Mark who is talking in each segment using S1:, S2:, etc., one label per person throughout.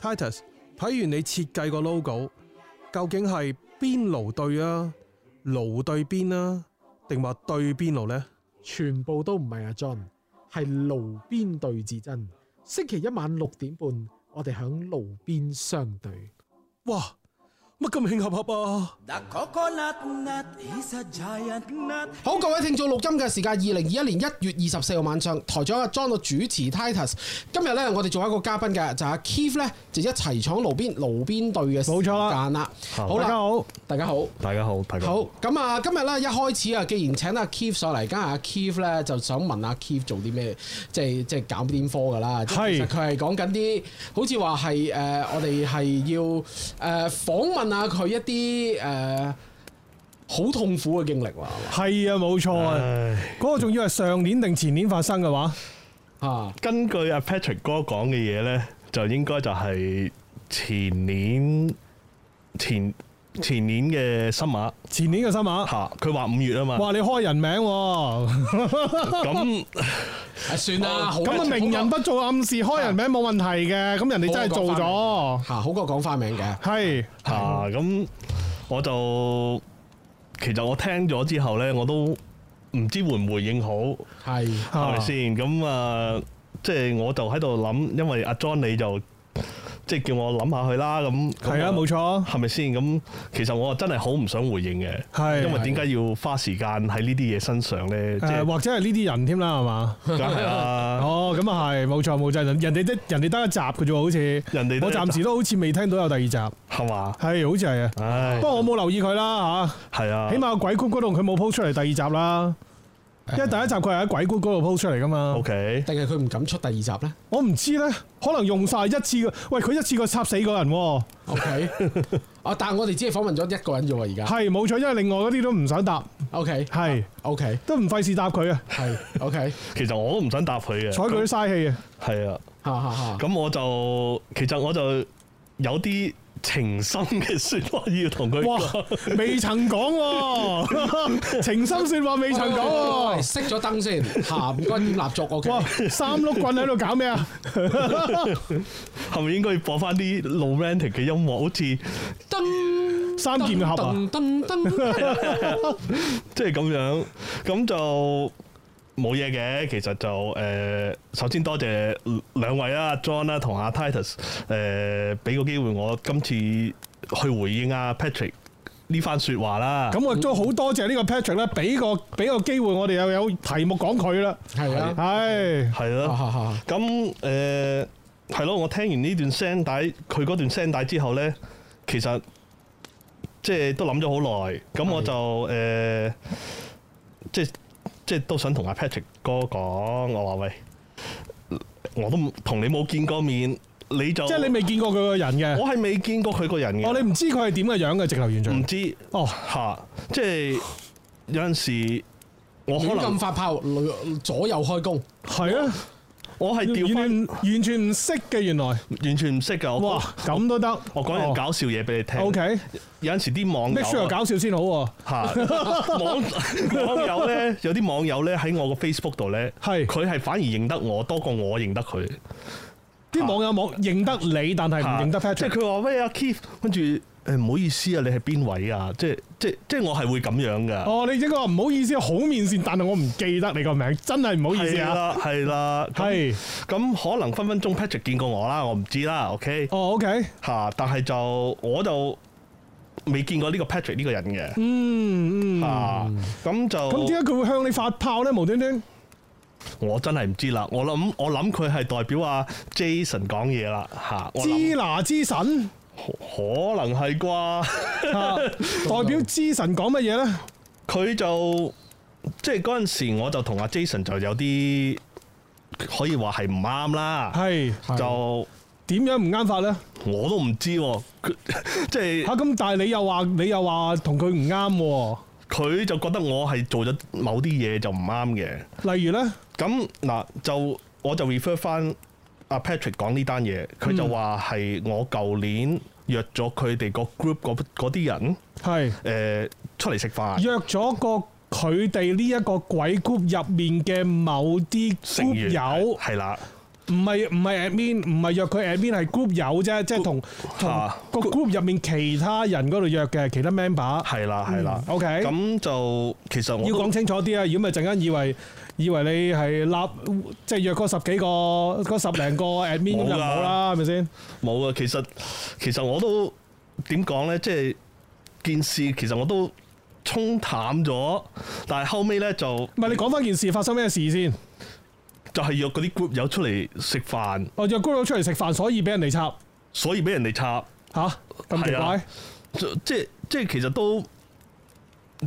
S1: Titus，睇完你設計個 logo，究竟係邊爐對啊，爐對邊啊，定話對邊爐呢？
S2: 全部都唔係阿 John，係路邊對至真。星期一晚六點半，我哋響路邊相對。
S1: 哇，乜咁慶合合啊？
S3: The coconut nut is a giant nut.
S4: 好，各位聽眾錄音嘅時間，二零二一年一月二十四號晚上，台長阿 John 個主持 Titus，今日咧我哋仲有一個嘉賓嘅，就阿、Keith 咧就一齊闖路邊路邊對嘅
S5: 冇錯啦
S4: 時間啦。好
S5: 大家
S4: 啦，
S5: 好，
S4: 大家好。
S5: 大家好，大家
S4: 好，咁啊，今日咧一開始啊，既然請阿 Keith 上嚟，梗係阿 Keith 咧就想問阿 Keith 做啲咩，即係即係搞邊科噶啦。即係其
S5: 係
S4: 實佢係講緊啲，好似話係誒，我哋係要誒、呃、訪問下佢一啲誒好痛苦嘅經歷啦，
S5: 係啊，冇錯啊，
S6: 唉
S5: 嗰個仲要係上年定前年發生嘅話，
S4: 啊
S6: 根據阿 Patrick 哥講嘅嘢呢，就應該就係前年前前年嘅新馬
S5: 前年嘅新馬，
S6: 嚇，佢話五月啊嘛，
S5: 哇，你開人名喎，
S6: 咁
S4: 啊算啦，好
S5: 咁啊明人不做暗事，開人名冇問題嘅，咁人哋真係做咗，
S4: 嚇，啊好過講花名嘅，
S5: 係
S6: 嚇咁我就其實我聽咗之後呢，我都唔知回唔回應好。
S4: 係
S6: 係咪
S5: 啊
S6: 先？咁啊，即係我就喺度諗，因為阿 John 你就即係叫我諗下佢啦。咁
S5: 係啊，冇
S6: 錯，
S5: 錯，
S6: 係咪先？咁其實我真係好唔想回應嘅，
S5: 係啊
S6: 因為點解要花時間喺呢啲嘢身上咧？即
S5: 誒
S6: 係
S5: 或者係呢啲人添啦，係嘛？
S6: 梗係啦，
S5: 哦，咁啊係，冇錯冇錯，人人哋得人哋得一集嘅啫喎，好似
S6: 人哋得
S5: 我
S6: 一集
S5: 暫時都好似未聽到有第二集，係
S6: 係嘛？
S5: 好似係啊，
S6: 唉
S5: 不，過我冇留意佢啦嚇。
S6: 係啊，
S5: 起碼鬼谷嗰度佢冇 post 出嚟第二集啦，因為第一集佢係喺鬼谷嗰度 post 出嚟噶嘛。
S6: OK
S4: 定係佢唔敢出第二集咧
S5: 我唔知呢，可能用晒一次嘅，喂佢一次過插死個人喎，
S4: ？OK，啊，但係我哋只係訪問咗一個人啫喎，而家
S5: 係冇錯，因為另外嗰啲都唔想答，
S4: OK
S5: 係
S4: OK
S5: 都唔費事答佢啊，
S4: 係 OK，
S6: 其實我都唔想答佢嘅，
S5: 睬佢都嘥氣啊，
S6: 係啊。
S4: 哈哈哈。
S6: 咁我就其實我就有啲情深嘅説話要同佢講。
S5: 哇，未曾講 喎，情深説話未曾
S4: 喂
S5: 講喎，
S4: 熄咗燈先，嚇唔該點蠟燭，OK，
S5: 哇，三碌棍喺度搞咩啊？
S6: 係咪應該要播翻啲 romantic 嘅音樂？好似
S4: 燈
S5: 三劍俠啊，
S4: 燈燈燈，
S6: 即係咁樣，咁就冇嘢嘅。其實就誒、呃首先多謝兩位啦，John 啦同阿 Titus 誒、俾個機會我今次去回應阿 Patrick 呢番説話啦。
S5: 咁我亦都好多謝呢個 Patrick 咧，俾個俾個機會我哋又有題目講佢啦，
S4: 係啊，
S5: 係。
S6: 係
S4: 哈
S6: 啦，
S4: 哈哈，
S6: 咁誒係咯，我聽完呢段聲帶，佢嗰段聲帶之後呢，其實即係都諗咗好耐。咁我就誒、呃即係即係都想同阿 Patrick 哥講，我話喂，我都冇同你冇見過面，你就
S5: 即係你未見過佢個人嘅，
S6: 我係未見過佢個人嘅，
S5: 哦，你唔知佢係點嘅樣嘅，直頭完
S6: 唔
S5: 全。
S6: 知
S5: 哦，
S6: 嚇，即係有陣時我可
S4: 亂咁
S6: 能
S4: 發炮，亂左右開弓，
S5: 係啊，
S6: 我係
S5: 完
S6: 調翻
S5: 全完全唔識嘅原來，
S6: 完全唔識㗎，我
S5: 哇，咁都得。
S6: 我講樣搞笑嘢俾你聽。啊
S5: O K，
S6: 有陣時啲網友
S5: make
S6: 啊
S5: sure 搞笑先好喎。
S6: 嚇網網友咧，有啲網友咧喺我個 Facebook 度咧，
S5: 係
S6: 佢係反而認得我多過我認得佢，
S5: 啲網友網認得你，但係唔
S6: 嚇
S5: 認得
S6: 啊即係
S5: Patrick。
S6: 佢話喂阿 Keith，跟住誒唔好意思啊，你係邊位啊？即係即係即係我係會咁樣噶。
S5: 哦，你應該話唔好意思，好面善，但係我唔記得你個名，真係唔好意思
S6: 係
S5: 啊。
S6: 啦，係啦，咁
S5: 係，
S6: 咁可能分分鐘 Patrick 見過我啦，我唔知啦，OK
S5: 哦，O K，
S6: 嚇，但係就我就未見過呢個 Patrick 呢個人嘅
S5: 嗯嗯。
S6: 嚇，咁就
S5: 咁點解佢會向你發炮咧？無端端，
S6: 我真係唔知啦，我諗我諗佢係代表阿 Jason 講嘢啦嚇，我諗
S5: 支拿之神，
S6: 可能係啩，
S5: 啊代表之神講乜嘢咧？
S6: 佢就即係嗰陣時我就同阿 Jason 就有啲可以話係唔啱啦，
S5: 係
S6: 就
S5: 點樣唔啱法咧？
S6: 我都唔知喎， 佢即
S5: 吓
S6: 係
S5: 咁，但係你又話你又話同佢唔啱
S6: 佢就覺得我係做咗某啲嘢就唔啱嘅，
S5: 喎，例如咧，
S6: 咁嗱就我就 refer 翻阿 Patrick 講呢單嘢，佢就話係我舊年約咗佢哋個 group 嗰嗰啲人。
S5: 係
S6: 誒、呃出嚟食飯，
S5: 約咗個佢哋呢一個鬼 group 入面嘅某啲
S6: 成
S5: group
S6: 員
S5: 友
S6: 係啦，
S5: 唔係唔係 admin，唔係約佢 admin 係 group 友啫，即係同同
S6: 嚇
S5: 個 group 入面其他人嗰度約嘅其他 member。
S6: 係啦係啦。
S5: 嗯 OK，
S6: 咁就其實我
S5: 要
S6: 都
S5: 講清楚啲啊！如果咪陣間以為以為你係立即係約嗰十幾個嗰十零個 admin 咁
S6: 冇㗎
S5: 就唔好啦，係咪先？
S6: 冇啊，其實其實我都點講呢？即係件事其實我都沖淡咗，但係後尾呢，就
S5: 唔係你講翻件事發生咩事先？
S6: 就係約嗰啲 group 友出嚟食飯，
S5: 我約高佬出嚟食飯，所以俾人哋插
S6: 所以俾人哋插。
S5: 吓，咁奇
S6: 係啊
S5: 怪。
S6: 即即即係其實都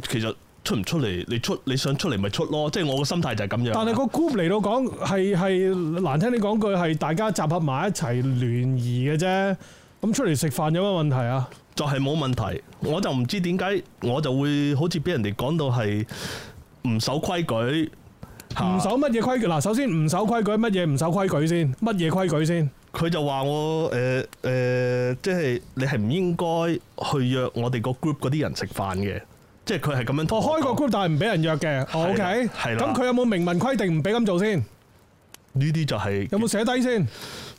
S6: 其實出唔出嚟，你出你想出嚟咪出咯，即係我個心態就係咁樣。
S5: 但係個 group 嚟到講係係難聽啲講句係大家集合埋一齊聯誼嘅啫。咁出嚟食飯有乜問題啊？
S6: 就係冇問題，我就唔知點解我就會好似俾人哋講到係唔守規矩，嚇
S5: 唔守乜嘢規矩？嗱，首先唔守規矩，乜嘢唔守規矩先？乜嘢規矩先？
S6: 佢就話我誒誒、呃即係你係唔應該去約我哋個 group 嗰啲人食飯嘅，即係佢係咁樣同
S5: 我
S6: 我
S5: 哦開個
S6: 講
S5: group 但係唔俾人約嘅
S6: 啦
S5: 哦，OK。
S6: 係啦
S5: 咁佢有冇明文規定唔俾咁做先？
S6: 呢啲就係
S5: 有冇寫低先？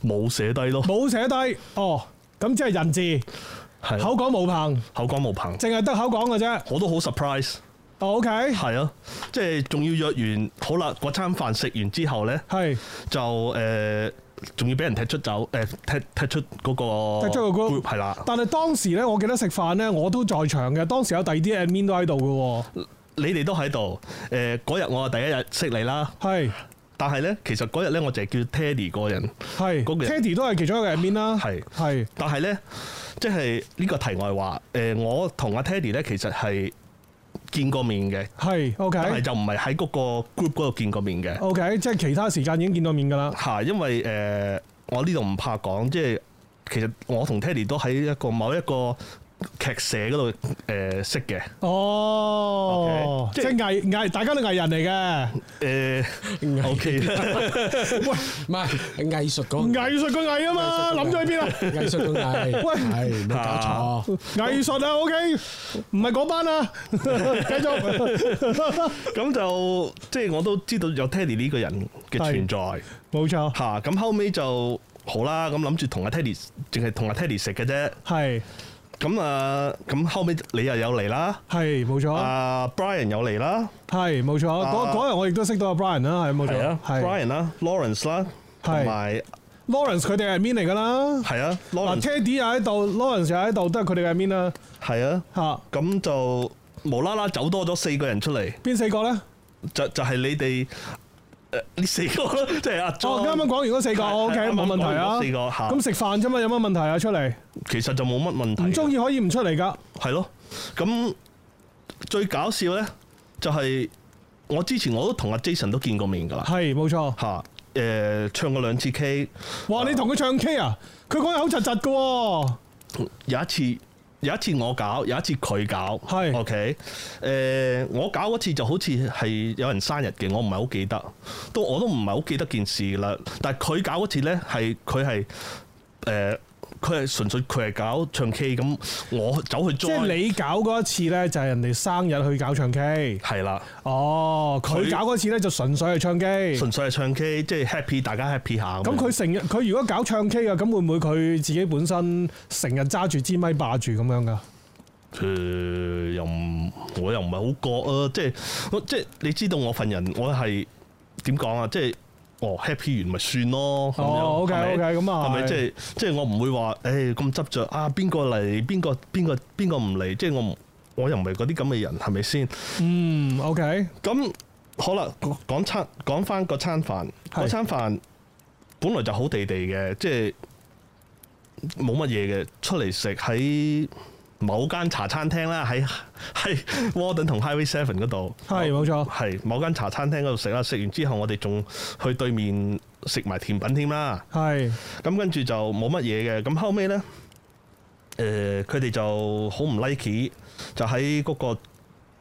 S6: 冇寫低咯，
S5: 冇寫低，哦，咁即係人字，
S6: 係啦
S5: 口講無憑，
S6: 口講無憑，
S5: 淨係得口講嘅啫。
S6: 我都好 surprise，
S5: 哦，OK，
S6: 係啊，即係仲要約完好啦，嗰餐飯食完之後呢，
S5: 係
S6: 就誒仲、要俾人踢出走，誒、呃踢踢出嗰個
S5: 踢出個 group
S6: 係啦。
S5: 但係當時呢，我記得食飯呢，我都在場嘅。當時有第二啲 admin 都喺度
S6: 你哋都喺度，誒嗰日我係第一日識你啦，
S5: 嘅喎，係
S6: 但係呢，其實嗰日呢，我淨係叫 Teddy 個人，
S5: 係。
S6: 嗰個人
S5: Teddy 都係其中一個 admin 啦，
S6: 係
S5: 係
S6: 但係呢，即係呢個題外話，誒、我同阿 Teddy 呢，其實係見過面嘅，
S5: 係
S6: 但係
S5: ，OK
S6: 就唔係喺嗰個 group 嗰度見過面嘅，
S5: OK，即係其他時間已經見到面㗎啦。
S6: 嚇、因為誒、呃我呢度唔怕講，即係其實我同 Teddy 都喺一個某一個劇社嗰度誒識嘅，誒、
S5: 哦
S6: OK，
S5: 即
S6: 即係
S5: 係藝藝，大家都藝人嚟嘅，
S6: 呃 OK
S4: 唔係藝術嗰個
S5: 藝術個藝啊嘛，諗咗喺邊啊？
S4: 藝術嗰個藝，喂，冇搞錯，
S5: 藝術啊，OK，唔係嗰 班啊，繼續，
S6: 咁就即係我都知道有 Teddy 呢個人嘅存在。
S5: 冇錯，
S6: 嚇，咁、後尾就好啦，咁諗住同阿 Teddy 淨係同阿 Teddy 食嘅啫。
S5: 係
S6: 咁啊，咁後尾你又有嚟啦，
S5: 係冇錯。
S6: 啊 Brian 有嚟啦，
S5: 係冇錯，嗰
S6: 啊
S5: 嗰日我亦都識到阿 Brian 啦，係冇
S6: 係
S5: 錯
S6: 啊，，Brian 啦，Lawrence 啦，
S5: 係
S6: 同埋
S5: Lawrence 佢哋係 admin 嚟㗎啦，
S6: 係啊
S5: 嗱
S6: ，Lawrence
S5: Teddy 又喺度，Lawrence 又喺度，都係佢哋嘅 admin 啦，
S6: 係啊，
S5: 嚇
S6: 咁就無啦啦走多咗四個人出嚟，
S5: 邊四個咧？
S6: 就就係你哋誒呢四個咯，即係阿 j
S5: 哦，啱啱講完嗰四個
S6: 係
S5: ，OK
S6: 係啱啱
S5: 冇問題
S6: 講
S5: 啊
S6: 完嗰四。個嚇
S5: 咁食飯啫嘛，有乜問題啊？出嚟
S6: 其實就冇乜問題嘅。
S5: 唔中意可以唔出嚟㗎，
S6: 係咯，咁最搞笑呢，就係、我之前我都同阿 Jason 都見過面噶啦，
S5: 係冇錯。
S6: 嚇、誒、唱過兩次 K，
S5: 哇！你同佢唱 K 啊？佢講嘢口窒窒㗎喎，
S6: 有一次有一次我搞，有一次佢搞，
S5: 係
S6: OK，誒、我搞嗰次就好似係有人生日嘅，我唔係好記得，都我都唔係好記得件事啦，但係佢搞嗰次呢，係佢係誒。佢係純粹佢係搞唱 K 咁，我走去
S5: 即
S6: join，
S5: 係你搞嗰一次咧，就係人哋生日去搞唱 K。
S6: 係啦，
S5: 哦，佢
S6: 佢
S5: 搞嗰次咧就純粹係唱 K。
S6: 純粹係唱 K，即係 happy，大家 happy 下樣。
S5: 咁佢成日佢如果搞唱 K 啊嘅，咁會唔會佢自己本身成日揸住支咪霸住咁樣噶？
S6: 誒、又唔，我又唔係好覺啊！即係我即係你知道我份人，我係點講啊？即係哦 happy 完咪算咯。咁樣
S5: 哦，OK
S6: 係咪
S5: OK，咁啊
S6: 係咪即係即係我唔會話誒咁執着啊？邊個嚟？邊個邊個邊個唔嚟？即係我唔我又唔係嗰啲咁嘅人，係咪先？
S5: 嗯，OK，
S6: 咁好啦，講講餐講翻個餐飯，
S5: 係
S6: 嗰餐飯本來就好地地嘅，即係冇乜嘢嘅，出嚟食喺某間茶餐廳啦，喺喺 Warden 同 Highway Seven 嗰度，
S5: 係冇錯，
S6: 係某間茶餐廳嗰度食啦，食完之後我哋仲去對面食埋甜品添啦，
S5: 係
S6: 咁跟住就冇乜嘢嘅，咁後尾呢，誒佢哋就好唔 like，就喺嗰個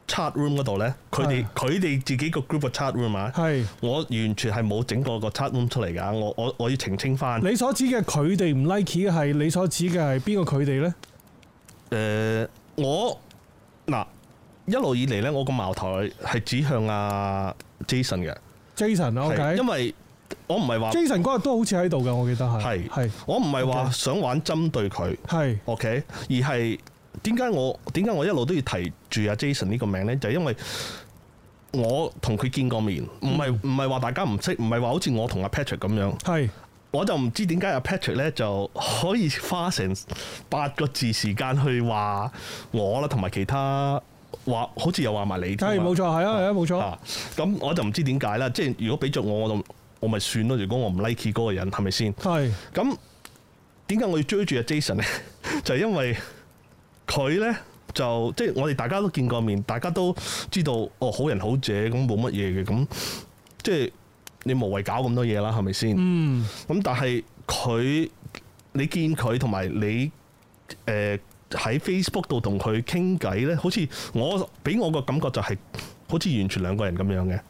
S6: chat room 嗰度呢，佢哋佢哋自己個 group 嘅 chat room 啊，
S5: 係。
S6: 我完全係冇整過個 chat room 出嚟㗎，我我我要澄清翻。誒、
S5: 你所指嘅佢哋唔 like 嘅係你所指嘅係邊個佢哋呢？
S6: 呃我嗱一路以嚟呢，我個矛頭係指向阿 Jason 嘅，
S5: Jason
S6: 係
S5: OK，
S6: 因為我唔係話
S5: Jason 嗰日都好似喺度㗎，我記得係
S6: 係
S5: 係
S6: 我唔係話想玩針對佢
S5: 係
S6: ，OK，而係點解我點解我一路都要提住阿 Jason 呢個名呢？就係因為我同佢見過面，唔係
S5: 嗯
S6: 唔係話大家唔識，唔係話好似我同阿 Patrick 咁樣，
S5: 係
S6: 我就唔知點解阿 Patrick 呢就可以花成八個字時間去話我啦，同埋其他話好似又話埋你添啊，
S5: 係冇錯，係啊係啊冇錯，
S6: 啊，咁我就唔知點解啦。即係如果俾着我，我就我咪算咯。如果我唔 like 嗰個人，係咪先？
S5: 係
S6: 咁點解我要追住阿 Jason 呢？ 就係因為佢呢，就即係我哋大家都見過面，大家都知道哦，好人好姐咁冇乜嘢嘅咁，即係你無謂搞咁多嘢啦，係咪先？
S5: 嗯
S6: 咁但係佢，你見佢同埋你誒喺 Facebook 度同佢傾偈呢，好似我俾我個感覺就係、好似完全兩個人咁樣嘅，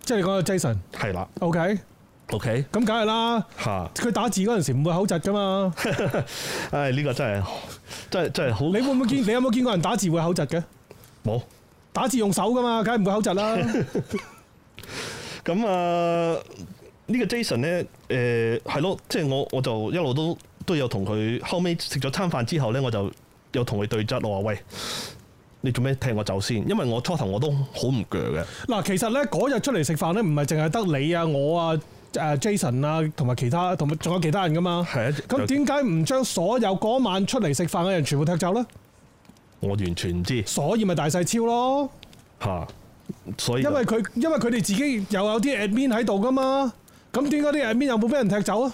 S5: 即係你講個 Jason
S6: 係啦
S5: OK，咁
S6: ，OK
S5: 梗係啦，
S6: 嚇、
S5: 佢打字嗰陣時唔會口窒㗎 嘛，
S6: 唉呢、個真係真係真係好
S5: 你會唔會見你有冇見過人打字會口窒嘅？
S6: 冇
S5: 打字用手㗎嘛，梗係唔會口窒啦。
S6: 咁啊！呢、個 Jason 呢，誒係咯，即係我我就一路都都有同佢後尾食咗餐飯之後呢，我就有同佢對質，我話喂，你做咩踢我走先？因為我初頭我都好唔鋸嘅。
S5: 嗱，其實咧嗰日出嚟食飯咧，唔係淨係得你啊、我啊、誒 Jason 啊，同埋其他，同埋仲有其他人噶嘛。
S6: 係啊，
S5: 咁
S6: 有
S5: 點解唔將所有嗰晚出嚟食飯嘅人全部踢走咧？
S6: 我完全唔知
S5: 所以咪大細超咯，
S6: 嚇、所以
S5: 因為佢因為佢哋自己又有啲 admin 喺度噶嘛。咁點解啲 admin 有冇俾人踢走啊？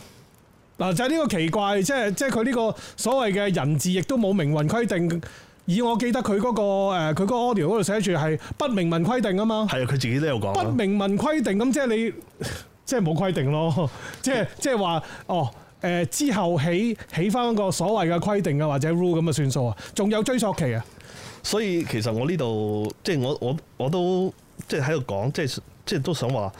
S5: 嗱，就係呢個奇怪，即係即係佢呢個所謂嘅人字，亦都冇明文規定。以我記得佢嗰、個誒佢嗰個 audio 嗰度寫住係不明文規定啊嘛。
S6: 係啊，佢自己都有講
S5: 不
S6: 啊。
S5: 明文規定，咁即係你 即係冇規定咯， 即係即係話哦。誒、之後起起翻個所謂嘅規定啊，或者 rule 咁啊算數啊，仲有追溯期啊，
S6: 所以其實我呢度即係我我我都即係喺度講，即係即係都想話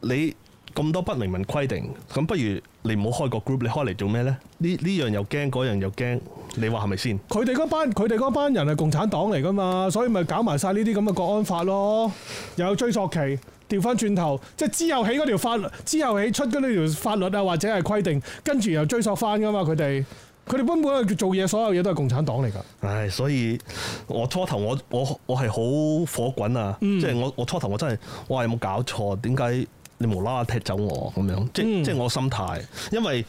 S6: 你咁多不明文規定，咁不如你唔好開個 group，你開嚟做咩呢？呢呢樣又驚，嗰樣又驚，你話係咪先？
S5: 佢哋嗰班佢哋嗰班人係共產黨嚟噶嘛，所以咪搞埋晒呢啲咁嘅國安法咯，又有追溯期，調翻轉頭，即係之後起嗰條法律，之後起出嗰條法律啊，或者係規定，跟住又追溯翻噶嘛，佢哋佢哋根本係做嘢，所有嘢都係共產黨嚟㗎。
S6: 唉，所以我初頭我我我係好火滾啊！
S5: 嗯
S6: 即係我我初頭我真係我係冇搞錯，點解你無啦啦踢走我咁樣？即、
S5: 嗯
S6: 即係我心態，因為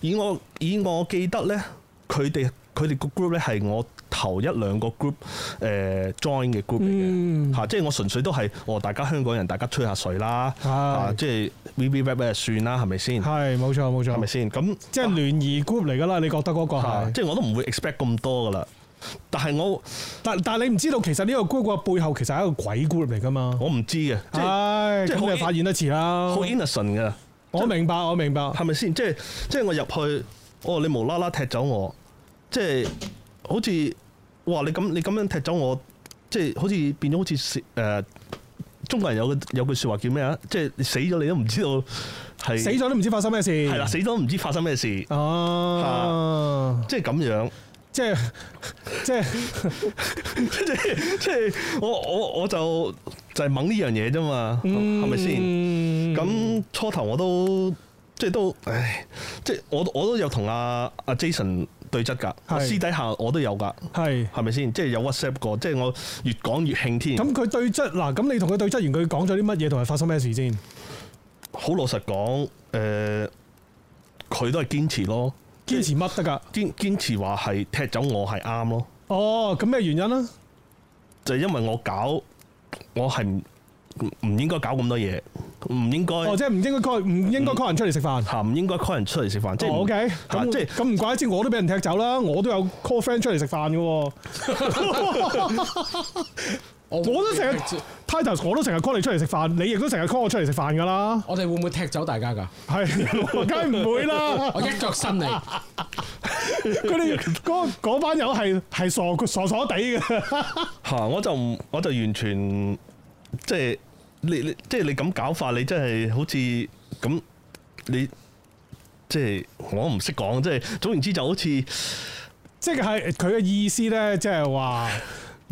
S6: 以我以我記得呢，佢哋佢哋個 group 呢係我頭一兩個 group 誒、呃 join 嘅 group 嚟嘅
S5: 嗯
S6: 嚇，即係我純粹都係哦，大家香港人大家吹下水啦，
S5: 係
S6: 啊即係 V V rap 就算啦，係咪先？
S5: 係冇錯冇錯
S6: 係咪，先？咁
S5: 即係聯誼 group 嚟㗎啦，你覺得嗰個
S6: 啊
S5: 係？
S6: 即係我都唔會 expect 咁多噶啦，但係我。
S5: 但但你唔知道，其實呢個 group 個背後其實係一個鬼 group 嚟噶嘛？
S6: 我唔知嘅，即係
S5: 唉，
S6: 即係
S5: 咁
S6: 好
S5: 你發現得遲啦
S6: 好。innocent 嘅，
S5: 我明白，我明白。
S6: 係咪先？即係即係我入去，哦，你無啦啦踢走我，即係好似哇！你咁你咁樣踢走我，即係好似變咗好似死誒中國人有句有句説話叫咩啊？即係你死咗你都唔知道係
S5: 死咗都嗯唔知發生咩事。
S6: 係啦，死咗都唔知發生咩事，
S5: 啊，
S6: 即係咁樣。
S5: 即係即係
S6: 即係即係我我我就就係掹呢樣嘢啫嘛，
S5: 嗯
S6: 係咪先？嗯
S5: 先
S6: 咁初頭我都即係都，唉，即係我我都有同阿阿 Jason 對質㗎，
S5: 係
S6: 我私底下我都有㗎，
S5: 係
S6: 係咪先？即係有 WhatsApp 過，即係我越講越興添。
S5: 咁佢對質嗱，咁你同佢對質完，佢講咗啲乜嘢，同埋發生咩事先？
S6: 好老實講，誒、呃佢都係堅持咯，
S5: 堅持乜得㗎？
S6: 堅堅持話係踢走我係啱咯，
S5: 哦，咁咩原因啊？
S6: 就係因為我搞，我係唔唔唔應該搞咁多嘢，唔應該
S5: 哦，即係唔應該 call 唔應該 call 人出嚟食飯。
S6: 嚇唔應該 call 人出嚟食飯，嗯即係唔
S5: O K，咁哦
S6: 即
S5: 即係
S6: 係
S5: 咁唔怪得之，我都俾人踢走啦，我都有 call friend 出嚟食飯嘅喎。
S4: 我
S5: 我都成日 Titus，我都成日 call 你出嚟食飯，你亦都成日 call 我出嚟食飯㗎啦。
S4: 我哋會唔會踢走大家㗎？
S5: 係，我梗係唔會啦。
S4: 我一腳伸你，
S5: 佢哋嗰嗰班友係係傻傻傻地嘅。
S6: 吓、我就唔，我就完全即係你你即係你咁搞法，你真係好似咁你即係我唔識講，即係總言之就好似
S5: 即係佢嘅意思咧，即係話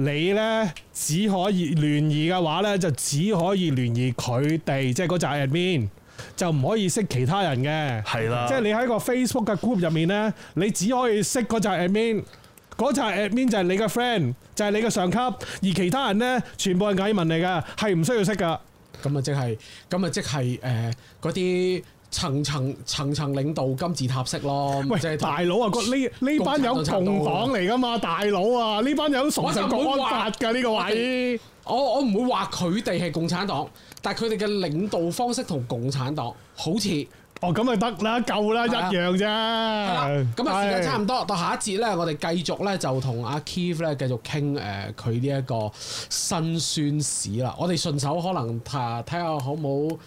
S5: 你咧只可以聯誼嘅話咧，就只可以聯誼佢哋，即係嗰扎 admin。就唔可以識其他人嘅。
S6: 係啦
S5: 即係你喺個 Facebook 嘅 group 入面呢，你只可以識嗰扎 admin，嗰扎 admin 就係你嘅 friend，就係你嘅上級，而其他人呢，全部係蟻民嚟嘅，係唔需要識噶。
S4: 咁啊即係，咁啊即係誒嗰啲層層層層領導金字塔式咯，
S5: 喂
S4: 即，係同
S5: 大佬啊，個呢呢班友
S4: 共產黨
S5: 共黨嚟噶嘛，大佬啊，呢班友
S4: 我
S5: 崇
S4: 就
S5: 尚
S4: 唔會
S5: 國安
S4: 話
S5: 法㗎呢個位。
S4: 我我唔會話佢哋係共產黨，但係佢哋嘅領導方式同共產黨好似係
S5: 哦，咁咪得啦，夠啦，一
S4: 係啊
S5: 樣啫。
S4: 啦。咁啊時間
S5: 係
S4: 差唔多，到下一節咧，我哋繼續咧就同阿 Keith 咧繼續傾誒佢呢一個辛酸史啦。我哋順手可能啊睇睇下好唔好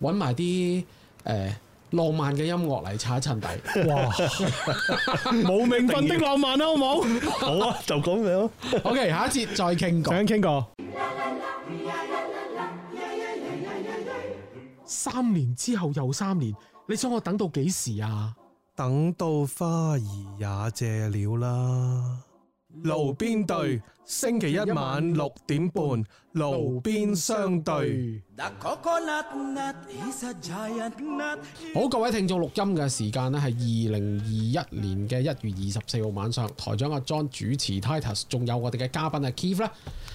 S4: 揾埋啲誒浪漫嘅音樂嚟擦一 襯底。
S5: 哇！ 無名份 的浪漫啦，好 冇？
S6: 好啊，就咁樣。
S4: OK，下一節再傾過。
S5: 想傾過。
S2: 三年之後又三年，你想我等到幾時啊？
S1: 等到花兒也謝了啦。路邊對，星期一晚六點半，路邊相對。
S3: The coconut nut is a giant nut.
S4: 好，各位聽眾錄音嘅時間呢係二零二一年嘅一月二十四號晚上，台長阿 John 主持 Titus，仲有我哋嘅嘉賓阿 Keith 咧，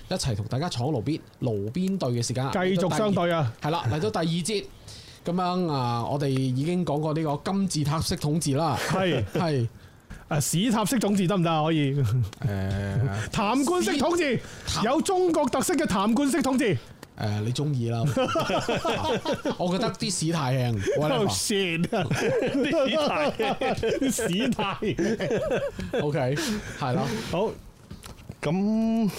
S4: 一齊同大家闖路邊路邊對嘅時間，
S5: 繼續相對啊！
S4: 係啦，嚟到第二節咁樣啊，我哋已經講過呢個金字塔式統治啦，
S5: 係
S4: 係
S5: 啊，史塔式統治得唔得啊？可 以
S4: 誒
S5: 痰罐式統治，有中國特色嘅痰罐式統治。
S4: 誒，你中意啦， 我覺得啲屎太輕
S5: Oh
S4: whatever
S5: shit！史太
S4: ，OK，係啦，
S5: 好，
S6: 咁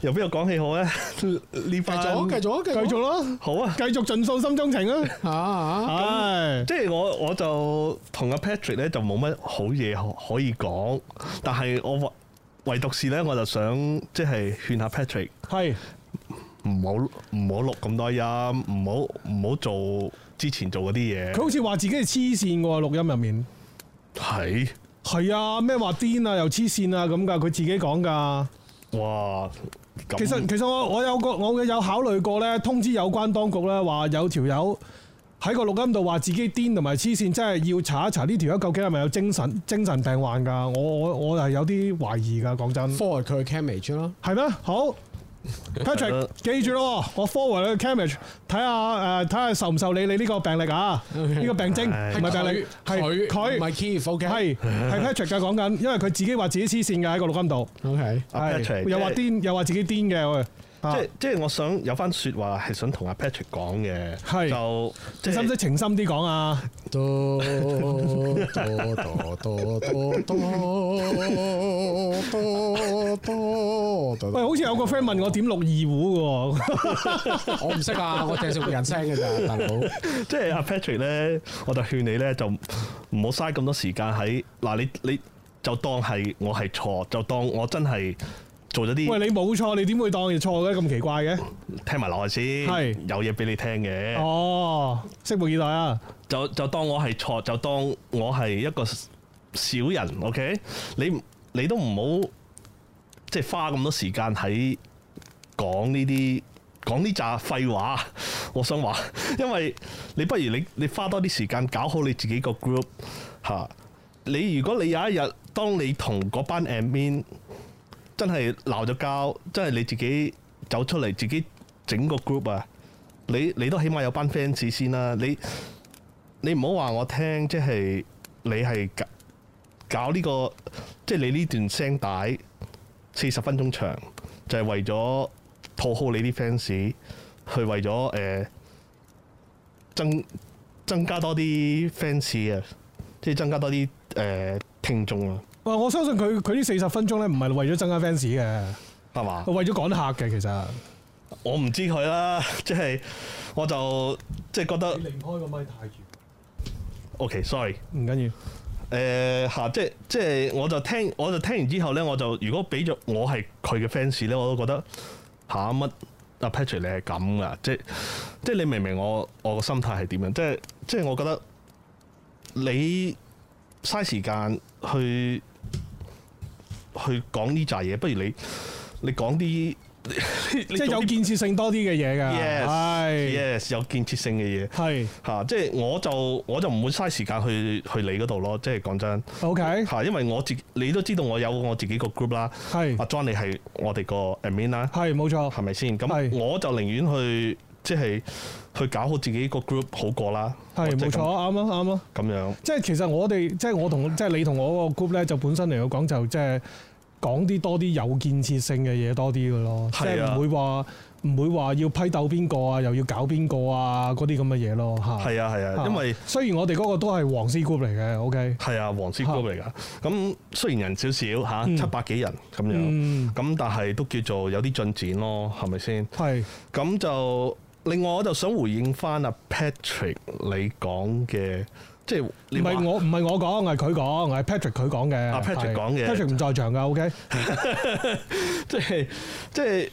S6: 由邊度講起好咧？呢
S4: 繼
S6: 班
S4: 續繼續繼
S5: 繼續
S4: 續
S5: 咯，
S6: 好啊！
S5: 繼續盡訴心中情啊！
S4: 啊啊，
S5: 係
S6: 即係我我就同阿 Patrick 咧就冇乜好嘢可可以講，但係我唯唯獨是咧我就想即係勸下 Patrick
S5: 係
S6: 唔好唔好錄咁多音，唔好唔好做之前做嗰啲
S5: 佢
S6: 嘢。
S5: 好似話自己係黐線喎，錄音入面
S6: 係
S5: 係啊，咩話癲啊，又黐線啊咁噶，佢自己講噶。
S6: 哇！咁
S5: 其實其實我我有個我有考慮過咧，通知有關當局咧話有條友喺個錄音度話自己癲同埋黐線，真係要查一查呢條友究竟係咪有精神精神病患㗎？我我我係有啲懷疑㗎，講真。
S4: forward 佢嘅 camage 啦。
S5: 係咩？好，Patrick，記住咯，我 forward 去 Camage 睇下誒，睇下受唔受理你呢個病歷啊？呢個病徵
S6: 係
S5: 唔係病歷
S4: 佢，
S5: 係
S4: 佢唔係
S5: 佢
S4: Keith，OK，
S5: 係係 Patrick 嘅講緊，因為佢自己話自己黐線嘅喺個錄音度，
S4: OK，
S6: 阿啊 Patrick，
S5: 係又話
S6: 即
S5: 癲，又話自己癲嘅喂。啊
S6: 即係即係我想有翻説話係想同阿 Patrick 講嘅，
S5: 係
S6: 就即
S5: 你使唔
S6: 係
S5: 使情深啲講啊？
S4: 哆哆哆哆哆哆哆哆哆，
S5: 喂，好似有個 friend 問我點錄二胡嘅喎，
S4: 我唔識啊，我淨係識人聲 嘅咋，大佬。
S6: 即係阿 Patrick 咧，我就勸你咧就唔好嘥咁多時間喺嗱你你就當係我係錯，就當我真係做咗啲
S5: 喂你冇錯，你點會當係錯嘅咁奇怪嘅？
S6: 聽埋落去先，
S5: 係
S6: 有嘢俾你聽嘅。
S5: 哦，拭目以待啊！
S6: 就就當我係錯，就當我係一個小人，OK？你你都唔好即係花咁多時間喺講呢啲講呢扎廢話。我想話， 因為你不如你你花多啲時間搞好你自己個 group 嚇、你如果你有一日當你同嗰班 admin 真係鬧咗交，真係你自己走出嚟自己整個 group 啊！你你都起碼有班 fans 先啦，你你唔好話我聽，即係你係搞搞呢、個，即係你呢段聲帶四十分鐘長，就係、為咗討好你啲 fans，去為咗誒、呃增增加多啲 fans 啊，即係增加多啲誒、呃、聽眾啊，
S5: 喂，我相信佢佢呢四十分鐘咧，唔係為咗增加 fans 嘅，
S6: 係嘛？
S5: 係為咗趕客嘅其實。
S6: 我唔知佢啦，即係我就即係覺得
S5: 離開個咪太遠，
S6: OK，sorry、
S5: 唔緊要。
S6: 誒、呃嚇，即係即係我就聽我就聽完之後咧，我就如果俾咗我係佢嘅 fans 咧，我都覺得嚇乜阿 Patrick 你係咁噶，即即係你明唔明我我個心態係點樣？即係即係我覺得你嘥時間去去講呢扎嘢，不如你你講啲即
S5: 即係有建設性多啲嘅嘢㗎，
S6: yes
S5: 係
S6: yes 有建設性嘅嘢
S5: 係
S6: 嚇，即係我就我就唔會嘥時間去去你嗰度咯，即係講真
S5: OK
S6: 嚇，因為我自你都知道我有我自己個 group 啦，阿
S5: 係
S6: John 你係我哋個 admin 啦，
S5: 係冇錯
S6: 係咪先？
S5: 係
S6: 咁我就寧願去即係去搞好自己個 group 好過啦，
S5: 係
S6: 我即
S5: 冇
S6: 係
S5: 錯啱啊啱啊。
S6: 咁咁樣。
S5: 即係其實我哋即係我同即係你同我個 group 咧，就本身嚟講就即係講啲多啲有建設性嘅嘢多啲嘅咯，即
S6: 係
S5: 係
S6: 啊
S5: 唔會話唔會話要批鬥邊個啊，又要搞邊個啊嗰啲咁嘅嘢咯嚇。
S6: 係啊係啊，因為
S5: 雖然我哋嗰個都係黃絲 group 嚟嘅，OK，
S6: 係啊黃絲 group 嚟㗎。咁雖然人少少嚇，
S5: 嗯
S6: 七百幾人咁樣，
S5: 嗯，
S6: 咁但係都叫做有啲進展咯，係咪先？
S5: 係
S6: 咁就另外我就想回應翻阿 Patrick 你講嘅，即係
S5: 唔
S6: 你話
S5: 係我唔係我講，係佢講，係 Patrick 佢講嘅，
S6: 啊
S5: 係
S6: ，Patrick 講嘅
S5: ，Patrick 唔在場㗎，OK，
S6: 即係即係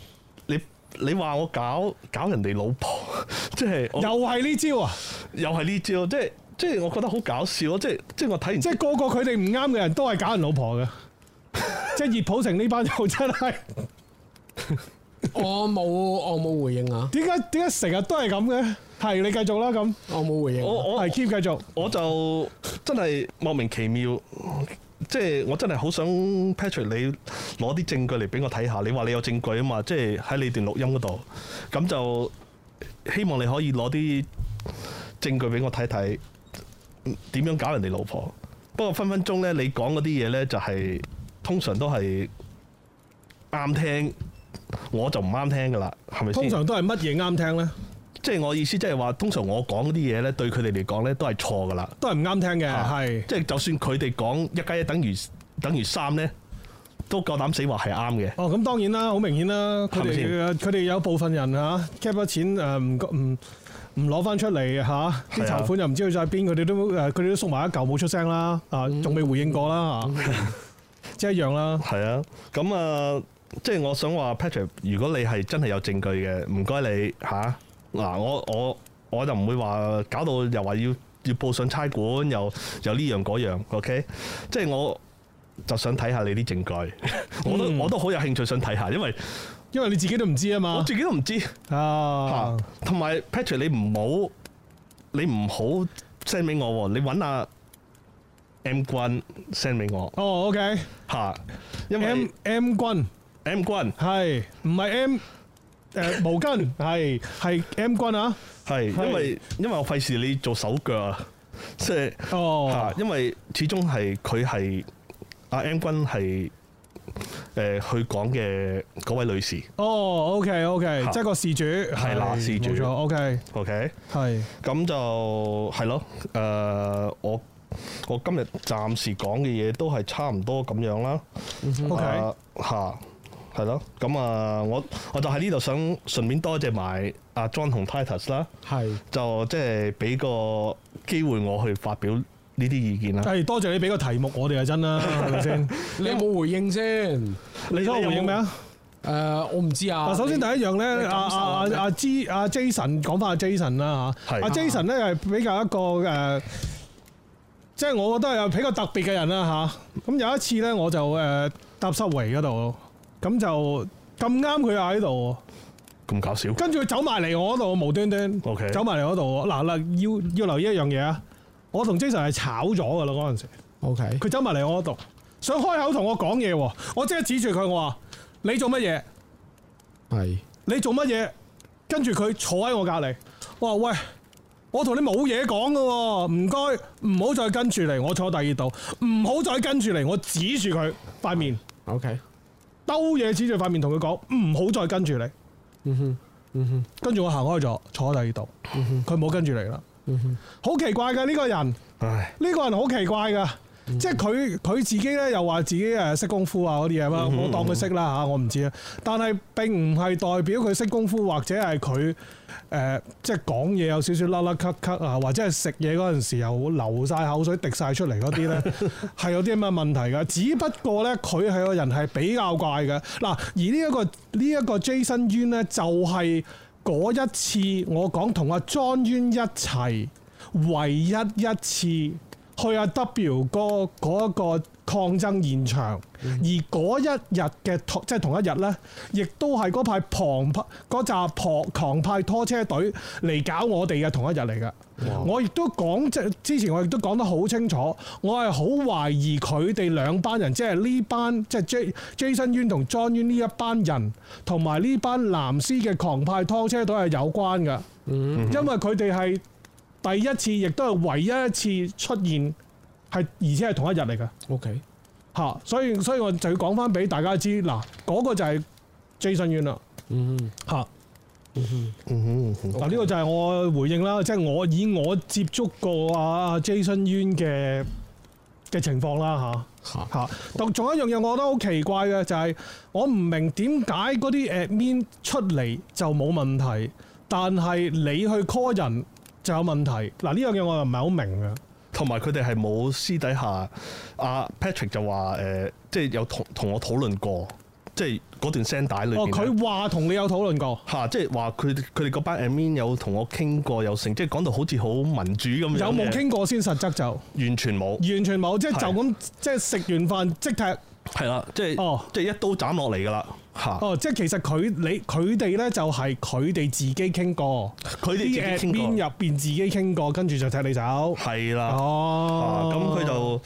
S6: 你你話我搞搞人哋老婆，即係
S5: 又
S6: 我
S5: 係呢招 啊！
S6: 又係呢招，即係即係我覺得好搞笑咯，即係即係我睇完
S5: 即係個個佢哋唔啱嘅人都係搞人老婆 嘅，即係熱普城呢班友真係。
S4: 我冇我冇回應啊，
S5: 點解點解成日都係咁嘅？係你繼續啦，咁
S4: 我冇回應啊。
S6: 我我
S5: 係 keep 繼續。
S6: 我就真係莫名其妙，即係我真係好想 Patrick 你攞啲證據嚟俾我睇下。你話你有證據啊嘛，即係喺你段錄音嗰度，咁就希望你可以攞啲證據俾我睇睇，點樣搞人哋老婆。不過分分鐘咧，你講嗰啲嘢咧就係、通常都係啱聽，我就唔啱聽噶啦，係咪
S5: 通
S6: 先？
S5: 常都係乜嘢啱聽咧？
S6: 即係我意思，即係話通常我講嗰啲嘢咧，對佢哋嚟講咧都係錯噶啦。
S5: 都係唔啱聽嘅，
S6: 啊
S5: 係
S6: 即係就算佢哋講一加一等於等於三咧，都夠膽死話係啱嘅。
S5: 哦，咁當然啦，好明顯啦，佢
S6: 係咪
S5: 哋佢哋有部分人嚇 cap 咗錢誒，唔唔唔攞翻出嚟嚇，啲
S6: 係啊
S5: 籌款又唔知去晒邊，佢哋都誒佢哋都縮埋一嚿冇出聲啦，啊，仲未回應過啦嚇， 即係一樣啦。
S6: 係啊，咁啊，即係我想話 Patrick，如果你係真係有證據嘅，唔該你吓嗱、我我我就唔會話搞到又話要要報上差館，又又呢樣嗰樣，OK？即係我就想睇下你啲證據， 我都我都好有興趣想睇下，因為
S5: 因為你自己都唔知啊
S6: 我
S5: 嘛，
S6: 自己都唔知。
S5: 啊
S6: 啊，同埋 Patrick，你唔好你唔好 send 俾我喎，你揾阿 M 君 send 俾我
S5: 哦，OK，
S6: 嚇、因為
S5: M M 君。
S6: M 君
S5: 係唔係 M 誒、 毛巾？係係 M 君啊？
S6: 係
S5: 係
S6: 因為因為我費事你做手腳啊，即係嚇，
S5: 哦
S6: 啊，因為始終係佢係阿 M 君係誒佢講嘅嗰位女士
S5: 哦，OK OK，
S6: 嚇
S5: 即係個事主
S6: 係啦
S5: 係
S6: 事主
S5: 冇錯，OK
S6: ，OK，
S5: 係
S6: 咁就係咯，誒、我我今日暫時講嘅嘢都係差唔多咁樣啦。
S5: 嗯 OK
S6: 啊嚇，係咯，咁啊，我我就喺呢度想順便多謝埋阿 John 同 Titus 啦，
S2: 係
S6: 就即係俾個機會我去發表呢啲意見啦。
S5: 係多謝你俾個題目我哋係啊真啦，係咪 先？
S4: 你有冇回應先？誒、
S5: 你想我回應咩啊？
S4: 我唔知啊。
S5: 嗱，首先第一樣啊
S4: 你
S5: 咧，
S4: 感
S5: 阿
S4: 受啊
S5: 阿
S4: 係咩
S5: 阿阿 J 阿啊 Jason 講翻阿 Jason 啦嚇，
S6: 係
S5: 阿 Jason 咧係比較一個誒。呃即係我覺得係比較特別嘅人啦吓，咁有一次咧，我就誒、呃搭濕圍嗰度，咁就咁啱佢又喺度喎，
S6: 咁搞笑，
S5: 跟住佢走埋嚟我嗰度，無端端
S6: OK
S5: 走埋嚟我度喎。嗱嗱，要要留意一樣嘢啊！我同 Jason 係炒咗噶啦嗰陣時，
S4: OK，
S5: 佢走埋嚟我嗰度，想開口同我講嘢喎，我即刻指住佢，我話：你做乜嘢？
S4: 係
S5: 你做乜嘢？跟住佢坐喺我隔離，我話：喂，我同你冇嘢講噶喎，唔該，唔好再跟住嚟，我坐第二度，唔好再跟住嚟，我指住佢塊面，
S4: OK，
S5: 兜嘢指住塊面同佢講，唔好再跟住你。
S4: 嗯哼，
S5: 跟住我行開咗，坐喺第二度，佢冇跟住嚟啦。
S4: 嗯
S5: 好奇怪嘅呢個人，呢
S6: 唉，
S5: 個人好奇怪噶，即係佢佢自己咧又話自己誒識功夫啊嗰啲嘢啦，我當佢識啦嚇，我唔知啊。但係並唔係代表佢識功夫，或者係佢誒即係講嘢有少少甩甩咳咳啊，或者係食嘢嗰陣時又流晒口水滴晒出嚟嗰啲咧，係有啲咁嘅問題㗎。只不過咧，佢係個人係比較怪嘅嗱，而呢、一個呢一、個 Jason Yuen 咧就係、嗰一次我講同阿 John Yuen 一齊，唯一一次去阿 W 哥嗰一個抗爭現場，而嗰一日嘅同即係同一日呢，亦都係嗰派旁派嗰扎旁狂派拖車隊嚟搞我哋嘅同一日嚟嘅。我亦都講即係之前我亦都講得好清楚，我係好懷疑佢哋兩班人，即係呢班即係 J Jason Yuen 同 John Yuen 呢一班人，同埋呢班藍絲嘅狂派拖車隊係有關嘅，因為佢哋係。第一次亦都係唯一一次出現，係而且係同一日嚟嘅
S4: OK，
S5: 嚇，所以所以我就要講翻俾大家知，嗱嗰、個就係 Jason Yuen 啦
S4: 嗯
S5: 嚇。
S6: 嗯哼
S5: 嗱呢個就係我回應啦，即、係、我以我接觸過啊 Jason Yuen 嘅嘅情況啦嚇。
S4: 嚇，
S5: 嚇。但仲有一樣嘢，我覺得好奇怪嘅就係、我唔明點解嗰啲 admin 出嚟就冇問題，但係你去 call 人就有問題。嗱呢樣嘢我又唔係好明嘅。
S6: 同埋佢哋係冇私底下，阿 Patrick 就話誒、呃即係有同同我討論過，即係嗰段聲帶裏
S5: 哦，
S6: 邊呢。
S5: 佢話同你有討論過，
S6: 嚇、即係話佢佢哋嗰班 admin 有同我傾過，有成，即係講到好似好民主咁樣。
S5: 有冇？傾過先？實質就完
S6: 完全冇。
S5: 全冇，即係
S6: 係
S5: 就咁，即係食完飯即踢。
S6: 係啦，即係、
S5: 哦
S6: 即係一刀斬落嚟㗎啦。嚇、
S5: 哦，即係其實佢你佢哋咧就係佢哋自己傾過，
S6: 佢哋自己
S5: 啲
S6: 傾
S5: admin
S6: 過。
S5: 入邊自己傾過，跟住就踢你走。
S6: 係啦。啊，
S5: 哦，
S6: 咁佢就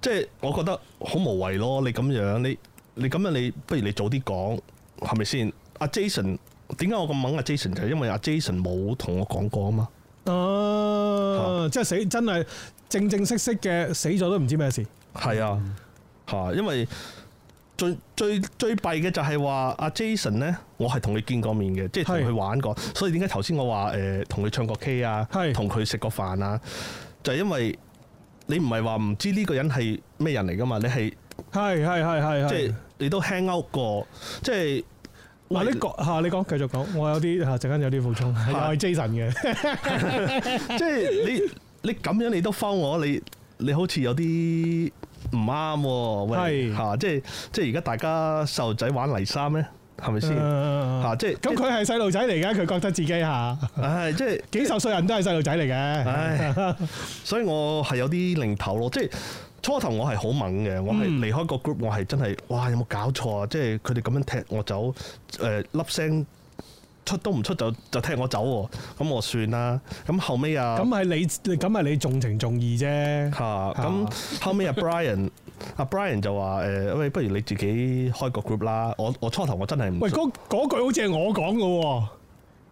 S6: 即係我覺得好無謂咯。你咁樣，你你咁樣，你不如你早啲講，係咪先？阿 Jason 點解我咁猛阿 Jason 就係因為阿 Jason 冇同我講過啊嘛。
S5: 啊，即係死真係正正式式嘅死咗都唔知咩事。
S6: 係啊，
S5: 嗯
S6: 嚇、因為最最最弊嘅就係話阿 Jason 呢，我係同佢見過面嘅，即係同
S5: 係
S6: 佢玩過。所以點解頭先我話誒同佢唱過 K 啊
S5: 係，
S6: 同佢食過飯啊，就係、因為你唔係話唔知呢個人係咩人嚟噶嘛，你係。
S5: 係係係係係。
S6: 即係你都 hang out 過，即係
S5: 嗱，
S6: 喂
S5: 你講嚇，你講繼續講，我有啲嚇陣間有啲補充，又係 Jason 嘅。
S6: 即係你你咁樣你都 f 我，你你好似有啲唔啱喎，喂
S5: 係
S6: 嚇、即係即係而家大家細路仔玩泥沙咩？係咪先嚇？
S5: 啊
S6: 即係
S5: 咁佢係細路仔嚟嘅，佢覺得自己嚇
S6: 唉，即係
S5: 幾十歲人都係細路仔嚟
S6: 啊
S5: 嘅。
S6: 唉，所以我係有啲零頭咯，即係。初頭我係好猛嘅，我
S5: 嗯
S6: 係離開個 group，我係真係，哇！有冇搞錯啊？即係佢哋咁樣踢我走，誒、粒聲出都唔出就就踢我走喎，咁我算啦。咁後尾啊，
S5: 咁係你，咁係你重情重義啫。
S6: 嚇！
S5: 嚇
S6: 咁後尾阿啊 Brian 阿 Brian 就話誒，喂，不如你自己開個 group 啦。我我初頭我真係唔
S5: 喂，嗰嗰句好似係我講嘅喎。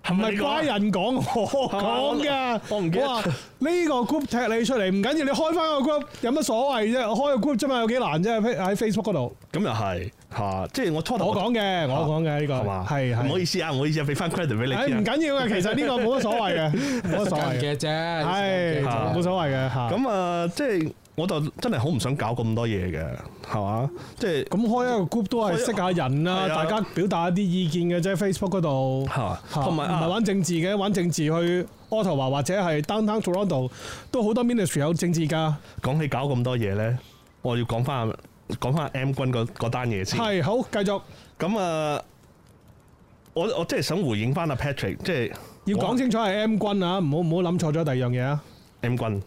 S6: 係
S5: 唔係怪人講 我
S6: 係嘛我
S5: 講㗎，
S6: 啊我唔記得
S5: 話呢個 group 踢你出嚟唔緊要，你開翻個 group 有乜所謂啫？開個 group 啫嘛，有幾難啫？喺 Facebook 嗰度，
S6: 咁又係嚇，即係我初頭
S5: 我講嘅，我講嘅呢個
S6: 啊係嘛，
S5: 係
S6: 唔好意
S5: 係。
S6: 思啊，唔好意思啊，俾翻 credit 俾你
S5: 唉，
S6: 先
S5: 唔
S6: 啊。
S5: 緊要嘅，其實呢個冇乜所謂嘅，冇乜所 謂嘅，
S4: 嘅啫，
S5: 係
S6: 啊
S5: 冇所謂嘅嚇。
S6: 咁啊，即係我就真係好唔想搞咁多嘢嘅，係嘛？即係
S5: 咁開一個 group 都係識下人啦，
S6: 係啊
S5: 大家表達一啲意見嘅啫。Facebook 嗰度
S6: 嚇，
S5: 嚇
S6: 同埋
S5: 唔係
S6: 啊，
S5: 玩政治嘅，玩政治去 Ottawa 或者係 Downtown Toronto 都好多 ministry 有政治㗎。
S6: 講起搞咁多嘢咧，我要講翻講翻 M 君嗰嗰單嘢先。
S5: 係好，繼續
S6: 咁啊，我我即係想回應翻阿 Patrick，即係
S5: 要講清楚係 M 君啊，唔好唔好諗錯咗第二樣嘢啊。
S6: M 君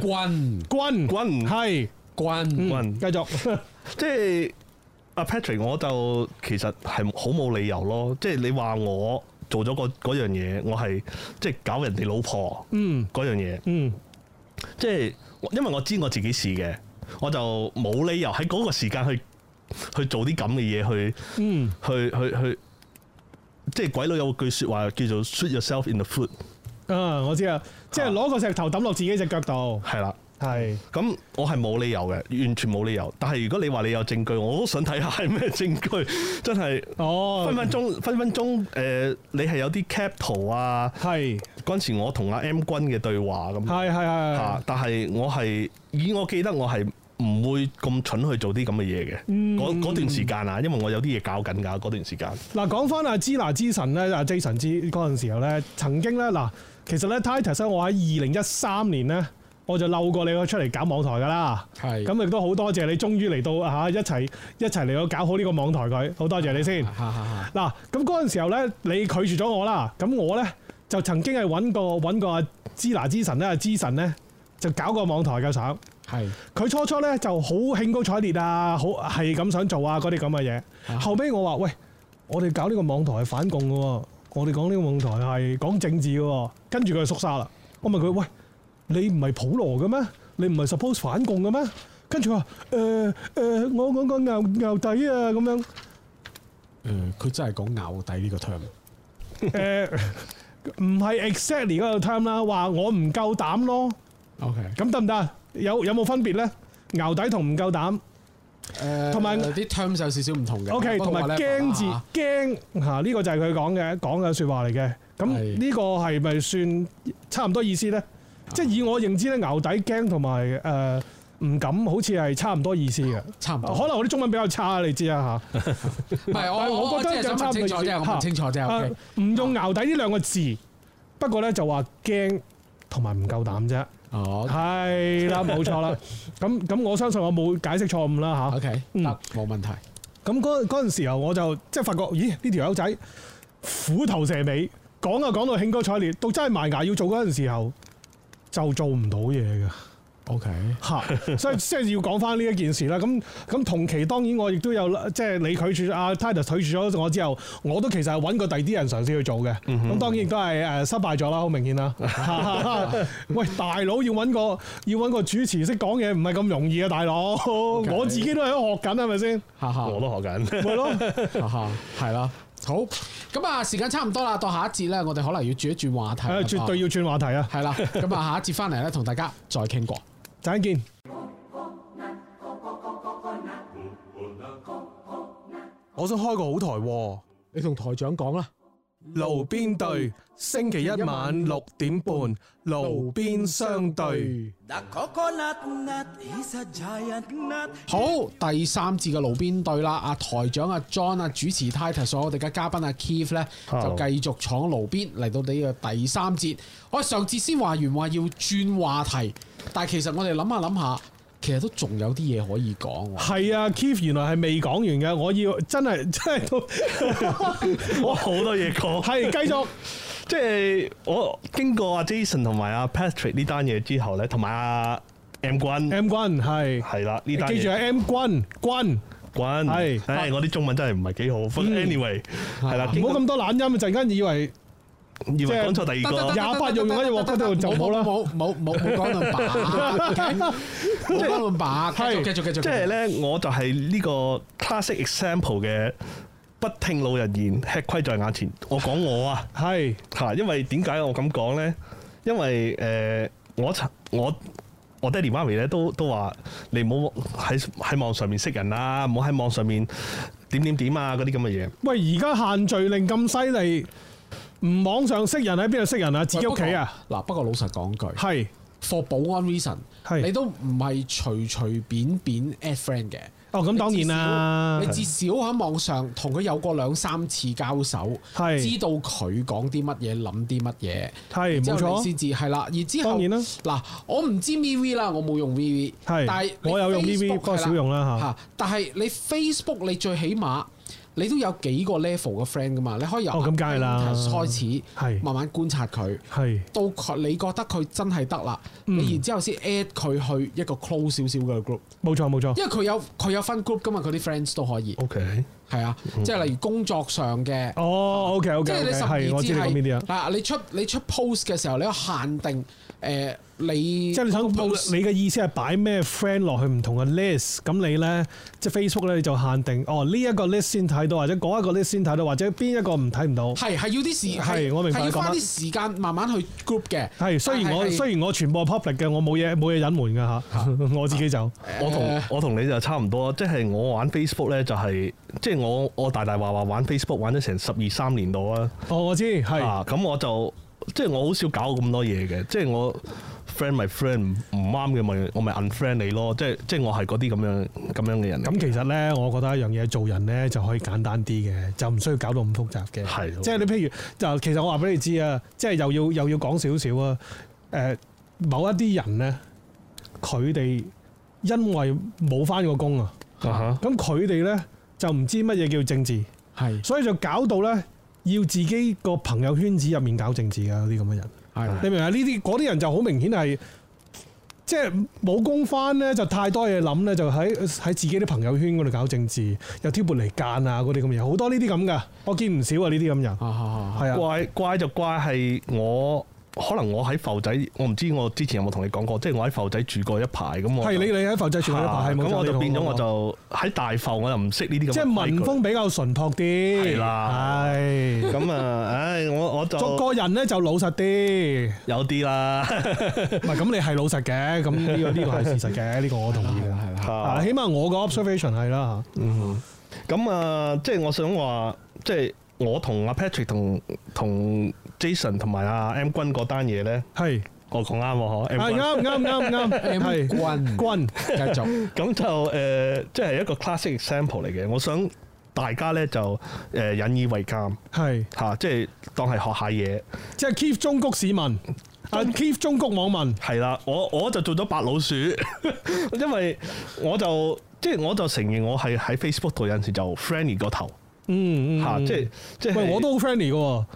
S4: 軍
S5: 君
S6: 君。
S5: 係嗯
S4: 軍
S6: 軍
S5: 繼續
S6: 即係阿 Patrick，我就其實係好冇理由咯。即係你話我做咗個嗰樣嘢，我係即係搞人哋老婆，
S5: 嗯
S6: 嗰樣嘢，
S5: 嗯
S6: 即係我因為我知我自己事嘅，我就冇理由喺嗰個時間去去做啲咁嘅嘢，去
S5: 嗯
S6: 去去去，即係鬼佬有句説話叫做 shoot yourself in the foot，
S5: 啊，我知啊，即係攞個石頭抌落自己只腳度，
S6: 係啦。
S5: 係
S6: 咁我係冇理由嘅，完全冇理由。但係如果你話你有證據，我都想睇下係咩證據， 真係。
S5: 哦
S6: 分，分鐘，分分鐘，誒、你係有啲 cap 圖啊！
S5: 係
S6: 嗰陣時我同阿 M 君嘅對話咁嚇、
S5: 係係係，
S6: 啊但係我係以我記得我係唔會咁蠢去做啲咁嘅嘢嘅。嗰、
S5: 嗯
S6: 嗰段時間啊，因為我有啲嘢搞緊㗎嗰段時間。
S5: 嗱講翻阿支拿之神咧，阿 Jason 之嗰陣時候咧，曾經咧嗱，其實咧 Titus 呢我喺二零一三年咧，我就嬲過你出嚟搞網台㗎啦。
S4: 係
S5: 咁亦都好多謝你，終於嚟到嚇一齊一齊嚟到搞好呢個網台佢，好多謝你先。
S4: 嚇嚇嚇，
S5: 嗱，咁嗰陣時候咧，你拒絕咗我啦，咁我咧就曾經係揾過揾過阿支拿之神咧，阿之神咧就搞個網台嘅想。
S4: 係
S5: 佢初初咧就好興高采烈啊，好係咁想做啊嗰啲咁嘅嘢。
S4: 啊
S5: 後尾我話喂，我哋搞呢個網台係反共嘅喎，我哋講呢個網台係講政治嘅喎。跟住佢就縮沙啦。我問佢喂，你唔係普羅嘅咩？你唔係 suppose 反共嘅咩？跟住佢話誒誒，我講講牛牛底啊咁樣。
S4: 誒，嗯佢真係講咬底呢個 term。
S5: 誒呃唔係 exactly 嗰個 term 啦，話我唔夠膽咯。
S4: OK，
S5: 咁得唔得啊？有有冇分別咧？牛底同唔夠膽？
S4: 誒，
S5: 同埋
S4: 啲 terms 有少少唔同嘅。
S5: O.K.
S4: 不
S5: 同
S4: 過
S5: 埋
S4: whatever
S5: 驚字
S4: 啊
S5: 驚嚇，呢個就係佢講嘅講嘅説話嚟嘅。咁
S4: 係
S5: 呢個係咪算差唔多意思呢？
S4: 啊
S5: 即係以我認知咧，牛底驚同埋誒唔敢，好似係差唔多意思嘅。
S4: 差唔多。
S5: 可能我啲中文比較差，你知啊
S4: 唔係，
S5: 但係
S4: 我
S5: 我
S4: 我
S5: 覺得
S4: 即係
S5: 有
S4: 想
S5: 差
S4: 問
S5: 唔
S4: 清
S5: 多
S4: 楚
S5: 意思
S4: 啫，我問清楚啫。
S5: 嚇。
S4: OK，
S5: 誒啊唔用牛底呢兩個字，不過呢就話驚同埋唔夠膽啫。
S4: 哦
S5: 係啦，冇錯 啦。咁咁，我相信我冇解釋錯誤啦嚇。
S4: ，OK，得
S5: 嗯
S4: 冇問題。
S5: 咁嗰嗰陣時候我就即係發覺，咦呢條友仔虎頭蛇尾，講啊講到興高采烈，到真係埋牙要做嗰陣時候就做唔到嘢嘅
S4: OK，
S5: 嚇， 所以即係要講翻呢一件事啦。咁咁同期當然我亦都有即係你拒絕阿 Titus 拒絕咗我之後，我都其實係揾過第二啲人嘗試去做嘅。咁、當然亦都係誒失敗咗啦，好明顯 啦。喂大佬要揾個要揾個主持識講嘢唔係咁容易啊，大佬我自己都喺度學緊係咪先？
S4: 哈哈。
S6: 我都學緊。
S5: 咪咯。
S4: 哈哈，係啦，好，咁啊，時間差唔多啦，到下一節咧，我哋可能要轉一轉話題啦，
S5: 係絕對要轉話題啊！
S4: 係啦，咁啊，下一節翻嚟咧，同大家再傾過。
S5: 陣間見。
S1: 我想開個好台喎、
S2: 你同台長講啦，
S1: 路邊對，星期一晚六點半，路邊相對。
S3: The coconut nut is a giant nut.
S4: 好，第三節嘅路邊對啦，阿台長阿 John 啊，主持 Titus，所有我哋嘅嘉賓阿 Keith 咧，就
S6: Hello
S4: 繼續闖路邊嚟到呢個第三節。我上節先話完話要轉話題，但係其實我哋諗下諗下，其實都仲有啲嘢可以講喎。
S5: 係啊，Keith 原來係未講完嘅，我要真係真係 都
S6: 我好多嘢講，
S5: 係繼續。
S6: 即係我經過阿 Jason 同埋阿 Patrick 呢單嘢之後咧，同埋阿 M 君
S5: M 君係，
S6: 係啦，呢單
S5: 記住係
S6: 嘢
S5: M 君君，
S6: 君
S5: 係嗯
S6: 唉，我啲中文真係唔係幾好。But anyway，係啦，
S5: 唔好咁多懶音，陣間 以為
S6: 咁以為講錯第二個。
S5: 廿八用用喺隻鑊骨度就唔好啦
S4: 冇冇冇冇講到 白，冇講到白，
S5: 係
S4: 繼續繼 續繼續。
S6: 即係咧，我就係呢個 classic example 嘅不聽老人言，吃虧在眼前。我講我啊
S5: 係
S6: 嚇，因為點解我咁講咧？因為誒、呃我曾我我爹哋媽咪咧都都話你唔好喺喺網上面識人啦，唔好喺網上面點點點啊嗰啲咁嘅嘢。
S5: 喂，而家限聚令咁犀利，唔網上識人喺邊度識人啊？自己屋企啊？
S4: 喂。不過嗱，不過老實講句
S5: 係
S4: ，for 保安 reason，
S5: 係
S4: 你都唔係隨隨便便 at friend 嘅。
S5: 哦，咁當然啦
S4: 你，至少喺網上同佢有過兩三次交手，
S5: 係
S4: 知道佢講啲乜嘢，諗啲乜嘢，
S5: 係
S4: 之
S5: 冇錯，
S4: 後你先至係啦。而之後
S5: 當然啦
S4: 嗱，我唔知 VV 啦，我冇用 VV，但係
S5: 係我有用 BB，
S4: 呢
S5: 不過少用啦嚇。
S4: 嚇，但係你 Facebook 你最起碼你都有幾個 level 嘅 friend 噶嘛，你可以由
S5: 哦咁梗係啦
S4: acquaintance 開始，
S5: 係
S4: 慢慢觀察佢，
S5: 係
S4: 到佢你覺得佢真係得啦，
S5: 嗯
S4: 你然之後先 add 佢去一個 close 少少嘅 group，
S5: 冇錯冇錯，
S4: 因為佢有佢有分 group 噶嘛，佢啲 friends 都可以，
S6: OK，
S4: 係啊，
S5: 嗯
S4: 即係例如工作上嘅。
S5: 哦，OK
S4: 即
S5: OK
S4: 係
S5: OK，
S4: 你十
S5: 係我知你講邊啲
S4: 二
S5: 啊
S4: 字係。啊！你出你出 post 嘅時候，你有限定誒、呃你
S5: 即係你想
S4: 嗰個 post
S5: 你嘅意思係擺咩 friend 落去唔同嘅 list，咁你咧即係 Facebook 咧你就限定哦呢一個 list 先睇到，或者嗰一個 list 先睇到，或者邊一個唔睇唔到。
S4: 係係要啲時
S5: 係我明白
S4: 係要
S5: 你講
S4: 花
S5: 乜
S4: 啲時間慢慢去 group 嘅。
S5: 係，雖然
S4: 但
S5: 我
S4: 係
S5: 雖然我傳播 public 嘅，我冇嘢冇嘢隱瞞㗎 吓，我自己就
S6: 我同我同你就差唔多，即係我玩 Facebook 咧就係、即係我我大大話話玩 Facebook 玩咗成十二三年度啊。
S5: 哦我知係
S6: 啊，咁我就即係我好少搞咁多嘢嘅，即係我 friend 咪 friend 唔唔啱嘅咪我咪 unfriend 你咯，即係即係我係嗰啲咁樣咁樣嘅人嚟。
S5: 咁其實咧，我覺得一樣嘢做人咧就可以簡單啲嘅，就唔需要搞到咁複雜嘅。
S6: 係
S5: 即係你譬如就其實我話俾你知啊，即係又要又要講少少啊。誒、某一啲人咧，佢哋因為冇翻過工啊，
S6: 啊
S5: 咁佢哋咧就唔知乜嘢叫政治，
S4: 係
S5: 所以就搞到咧要自己個朋啊友圈子入面搞政治嘅嗰啲咁嘅人。
S4: 係
S5: 你明唔明啊？呢啲嗰啲人就好明顯係即係冇工翻咧，就太多嘢諗咧，就喺喺自己啲朋友圈嗰度搞政治，又挑撥離間啊嗰啲咁嘢，好多呢啲咁噶，我見唔少啊呢啲咁人，
S4: 啊啊
S5: 係啊，
S6: 怪怪就怪係我，可能我喺浮仔，我唔知我之前有冇同你講過，即係我喺浮仔住過一排咁我就。啊
S5: 係你你喺浮仔住嗰一排，係冇
S6: 咁
S5: 錯
S6: 我
S5: 你
S6: 就
S5: 同
S6: 變咗
S5: 講
S6: 我就喺大埠，我就唔識呢啲咁嘅規矩。
S5: 即係民風比較淳朴啲，
S6: 係啦
S5: 係
S6: 咁啊，唉，我我
S5: 逐
S6: 就
S5: 個人咧就老實啲， 唔
S6: 有啲啦。
S5: 係咁你係老實嘅，咁呢個呢個係事實嘅，呢個我同意
S4: 係
S5: 嘅
S4: 啦。係啦，
S5: 啊，
S6: 嚇
S5: 起碼我個 observation 係啦，
S6: 咁啊，即係我想話，即係我同阿 Patrick 同同 Jason 同埋阿 M 君嗰單嘢咧，
S5: 係
S6: 我講啱喎，嗬
S5: 啊，
S6: ，M 君。
S5: 啱啱啱啱，
S4: M
S5: 係
S4: 君
S5: 軍
S4: 繼續
S6: 咁就誒、呃即係一個 classic example 嚟嘅。我想大家咧就誒、呃引以為鑑
S5: 係，
S6: 嚇、即係當係學下嘢。
S5: 即係 keep 中谷市民，啊 keep 中谷網民，
S6: 係啦，我我就做咗白老鼠， 因為我就即係我就承認我係喺 Facebook 度有陣時就 friendly 個頭
S5: 嗯嗯，
S6: 嚇、
S5: 嗯
S6: 即係即係
S5: 喂我都好 friendly 嘅喎， 我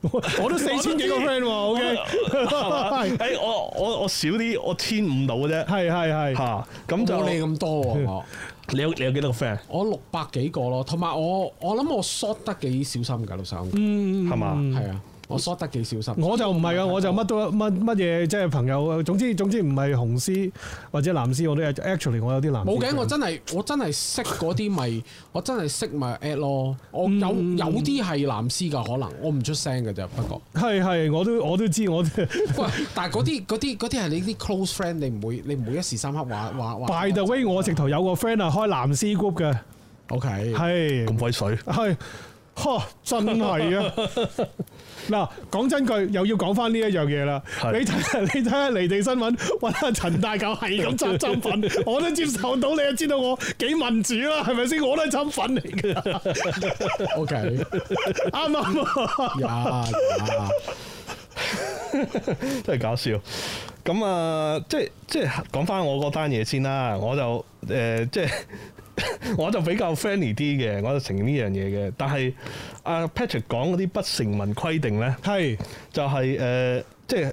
S5: 我都四千幾個 friend 喎，OK，
S6: 係嘛啊誒我我我少啲我千五到嘅啫
S5: 係 係係，
S6: 嚇，啊咁就
S4: 冇你咁多
S5: 嗯
S4: 喎我。
S6: 你有你有幾多個 friend
S4: 我六百幾個咯，同埋我我諗我 short 得幾小心㗎，老實講，
S5: 嗯
S6: 係嘛？
S4: 係啊，我 short 得幾小心。
S5: 我就唔係噶，我就乜都乜乜嘢，即係朋友。總之總之唔係紅絲或者藍絲，我都 actually 我有啲藍絲
S4: 冇嘅，我真係我真係識嗰啲咪，我真係識咪 at 咯。我
S5: 嗯
S4: 有有啲係藍絲㗎，可能我唔出聲㗎啫。不過，
S5: 係係，我都我都知，我都
S4: 喂，但係嗰啲嗰啲嗰啲係你啲 close friend，你唔會你唔會一時三刻話話話。
S5: by the way，我直頭有個 friend 啊，開藍絲 group 嘅，
S4: OK
S5: 係
S6: 咁鬼水
S5: 係，呵，真係 啊！嗱，講真句，又要講翻呢一樣嘢啦。
S6: 係
S5: 你睇下， 你睇下離地新聞，揾阿陳大狗係咁執針 粉，我都接受到，你就知道我幾民主啦，係咪先？我都係針粉嚟 嘅，
S4: OK
S5: 啱唔啱啊？
S4: 呀呀
S6: 真係搞笑。咁啊，即係即係講翻我嗰單嘢先啦。我就誒、呃即係 我就比較 friendly 啲嘅，我就承認呢樣嘢嘅。但係阿 Patrick 講嗰啲不成文規定咧，
S5: 係
S6: 就係、呃即係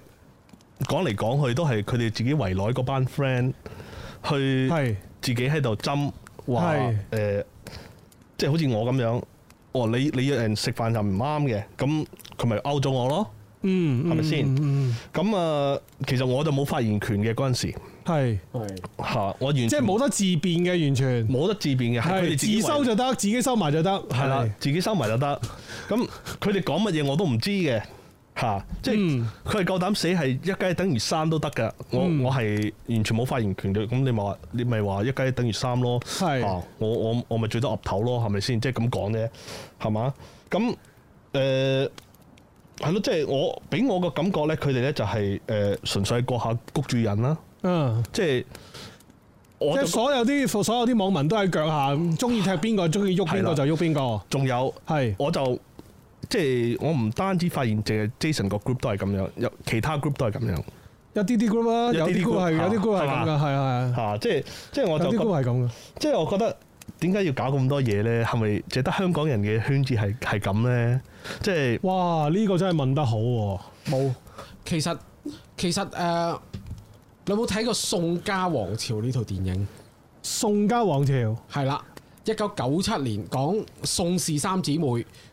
S6: 講嚟講去都係佢哋自己圍內嗰班 friend 去
S5: 係
S6: 自己喺度針話
S5: 係
S6: 誒，即係好似我咁樣。哦，你你有人食飯就唔啱嘅，咁佢咪勾咗我咯，
S5: 嗯，
S6: 係咪
S5: 嗯
S6: 先？
S5: 嗯
S6: 咁啊，其實我就冇發言權嘅嗰陣時
S5: 係。
S4: 係
S6: 嚇，我完全
S5: 即係冇得自辯嘅，完全
S6: 冇得自辯嘅，係佢哋
S5: 係
S6: 自己
S5: 自收
S6: 圍
S5: 就得，自己收埋就得，
S6: 係
S5: 係
S6: 啦，自己收埋就得。咁佢哋講乜嘢我都唔知嘅嚇，即係
S5: 嗯
S6: 佢係夠膽死係一雞等於三都得㗎。我
S5: 嗯
S6: 我係完全冇發言權嘅，咁你咪話你咪話一雞等於三咯。
S5: 係
S6: 啊，我我我咪最多岌頭咯，係咪先？即係咁講啫，係嘛？咁誒係咯，即係我俾我個感覺咧，佢哋咧就係誒純粹係過下谷住人啦，
S5: 嗯，
S6: 即係
S5: 即
S6: 我
S5: 係
S6: 就
S5: 所有啲所有啲網民都喺腳下，中意踢邊個，中意喐邊個
S6: 係啦
S5: 就喐邊個，
S6: 仲有。
S5: 係
S6: 我就即係我唔單止發現，淨係 Jason 個 group 都係咁樣，有其他 group 都係咁樣
S5: 有啲啲 group 啦，有
S6: 有啲
S5: 啲
S6: 啲
S5: group 係
S6: group，
S5: 有啲 group 係
S6: 係嘛
S5: 咁噶，係啊係
S6: 嚇、
S5: 啊，
S6: 即係即係我
S5: 有
S6: 就
S5: 啲 group
S6: 覺
S5: 係咁嘅，
S6: 即係我覺得點解要搞咁多嘢咧？係咪淨係得香港人嘅圈子係係咁咧？即係
S5: 哇！呢個真係問得好喎，
S4: 冇，其實其實誒，你有冇睇過《宋家王朝》呢套電影？
S5: 宋家王朝一
S4: 係啦，一九九七年講宋氏三姊妹，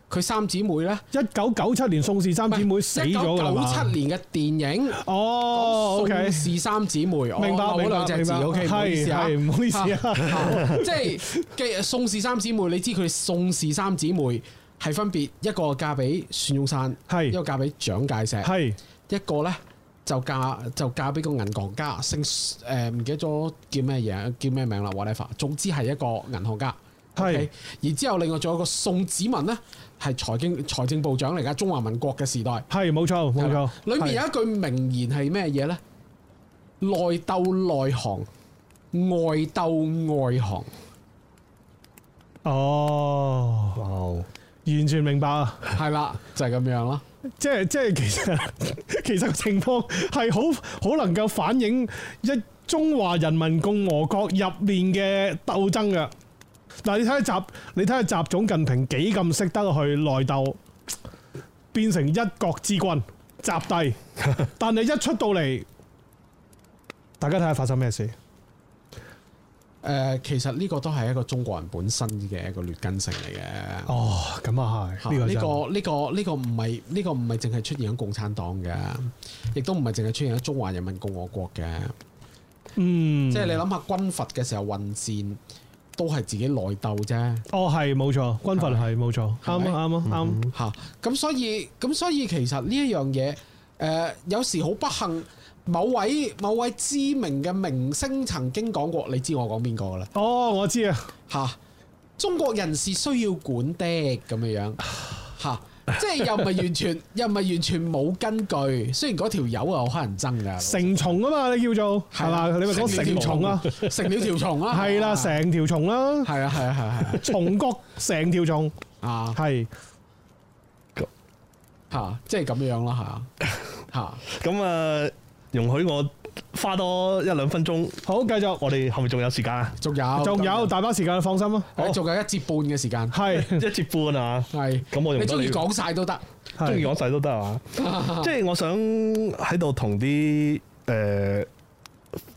S4: 佢三姊妹呢，
S5: 九九七年宋氏三姊妹死咗㗎啦嘛
S4: 九七年嘅電影。
S5: 哦
S4: 講
S5: ，OK，
S4: 宋氏三姊妹，我
S5: 明白
S4: 漏咗
S5: 明白
S4: 兩隻
S5: 明
S4: 字
S5: 白
S4: ，OK，唔好意思啊，
S5: 係係唔好意思啊
S4: 啊即係嘅宋氏三姊妹，你知佢哋宋氏三姊妹係分別一個嫁俾孫中山，
S5: 係
S4: 一個嫁俾蔣介石，
S5: 係
S4: 一個咧就嫁就嫁俾個銀行家，姓誒唔記得咗叫咩嘢，叫咩名啦，whatever。總之係一個銀行家。
S5: 係
S4: OK？然之後，另外仲有個宋子文咧，係財經財政部長嚟㗎，中華民國嘅時代。
S5: 係冇錯冇錯，
S4: 裏面
S5: 係
S4: 有一句名言係咩嘢咧？內鬥內行，外鬥外行。
S5: 哦，
S6: 哇，
S5: 完全明白啊！
S4: 係啦，就係、咁樣啦。
S5: 即係即係其實 其實個情況係好好能夠反映一中華人民共和國入面嘅鬥爭嘅。嗱，你睇下習，你睇下習總近平幾咁識得去內鬥，變成 一國之君，習帝。但係一出到嚟，大家睇下發生咩事。
S4: 誒、其實呢個都係一個中國人本身嘅一個劣根性嚟嘅。
S5: 哦，咁啊
S4: 嚇
S5: 係，呢個
S4: 呢
S5: 真係
S4: 個呢個呢個唔係呢個唔係淨係出現喺共產黨嘅，亦都唔係淨係出現喺中華人民共和國嘅。
S5: 嗯，
S4: 即係你諗下軍閥嘅時候混戰，都係自己內鬥啫。
S5: 哦係冇錯，軍
S4: 係
S5: 訓
S4: 咪
S5: 係冇錯，啱
S4: 係咪
S5: 啊啱啊啱。
S4: 嚇。咁所以咁所以其實呢一樣嘢，誒、有時好不幸，某位某位知名嘅明星曾經講過，你知我講邊個㗎啦
S5: 哦，我知啊，
S4: 嚇。中國人是需要管的咁樣樣嚇。即係又唔係完全，又唔係完全冇根據。雖然嗰條友啊，可能憎㗎，
S5: 成蟲啊嘛，你叫做係
S4: 啊
S5: 嘛？你咪講成蟲啊，，
S4: 成了條蟲啊，
S5: 係啦，成條蟲 啦，
S4: 係啊，係啊，係啊，係啊
S5: 蟲角成條蟲
S4: 啊。
S5: 係
S4: 吓、即係咁樣啦吓吓
S6: 咁啊，容許我花多一兩分鐘。
S5: 好，繼續，
S6: 我哋係咪仲有時間啊？
S4: 仲有
S5: 仲有大把時間，放心啊，
S4: 我仲有一節半嘅時間，
S5: 係
S6: 一節半啊？
S4: 係
S6: 咁我用
S4: 你
S6: 得
S4: 中
S6: 你
S4: 意講晒都得，
S6: 中意
S5: 係
S6: 講晒都得啊！即係我想喺度同啲誒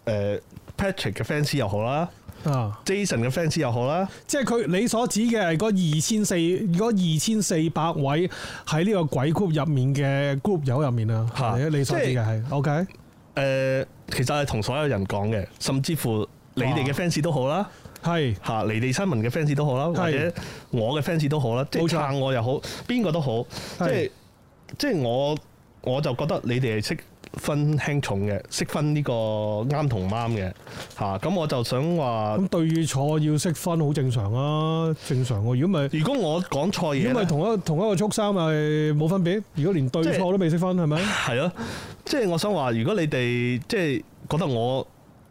S6: 誒 Patrick 嘅 fans 又好啦
S5: 啊，
S6: ，Jason 嘅 fans 又好啦，
S5: 即係佢你所指嘅係嗰二千四嗰二千四百位喺呢個鬼 group 入面嘅 group 友入面啊，
S6: 嚇
S5: 係啊你所指嘅係 OK，
S6: 誒、呃其實係同所有人講嘅，甚至乎你哋嘅 fans 都好啦，
S5: 係
S6: 嚇離地新聞嘅 fans 都好啦，或者我嘅 fans 都好啦，即係
S5: 冇錯
S6: 撐我又好，邊個都好，即係即係我我就覺得你哋係識分輕重嘅，識分呢個啱同唔啱嘅嚇，咁、我就想話，
S5: 咁對與錯要識分好正常啊，正常喎，如果咪。
S6: 如果我講錯嘢
S5: 因為
S6: 呢。
S5: 同一個同一個畜生咪冇分別，如果連對
S6: 即係
S5: 錯都未識分，係咪？
S6: 係咯，即係我想話，如果你哋即係覺得我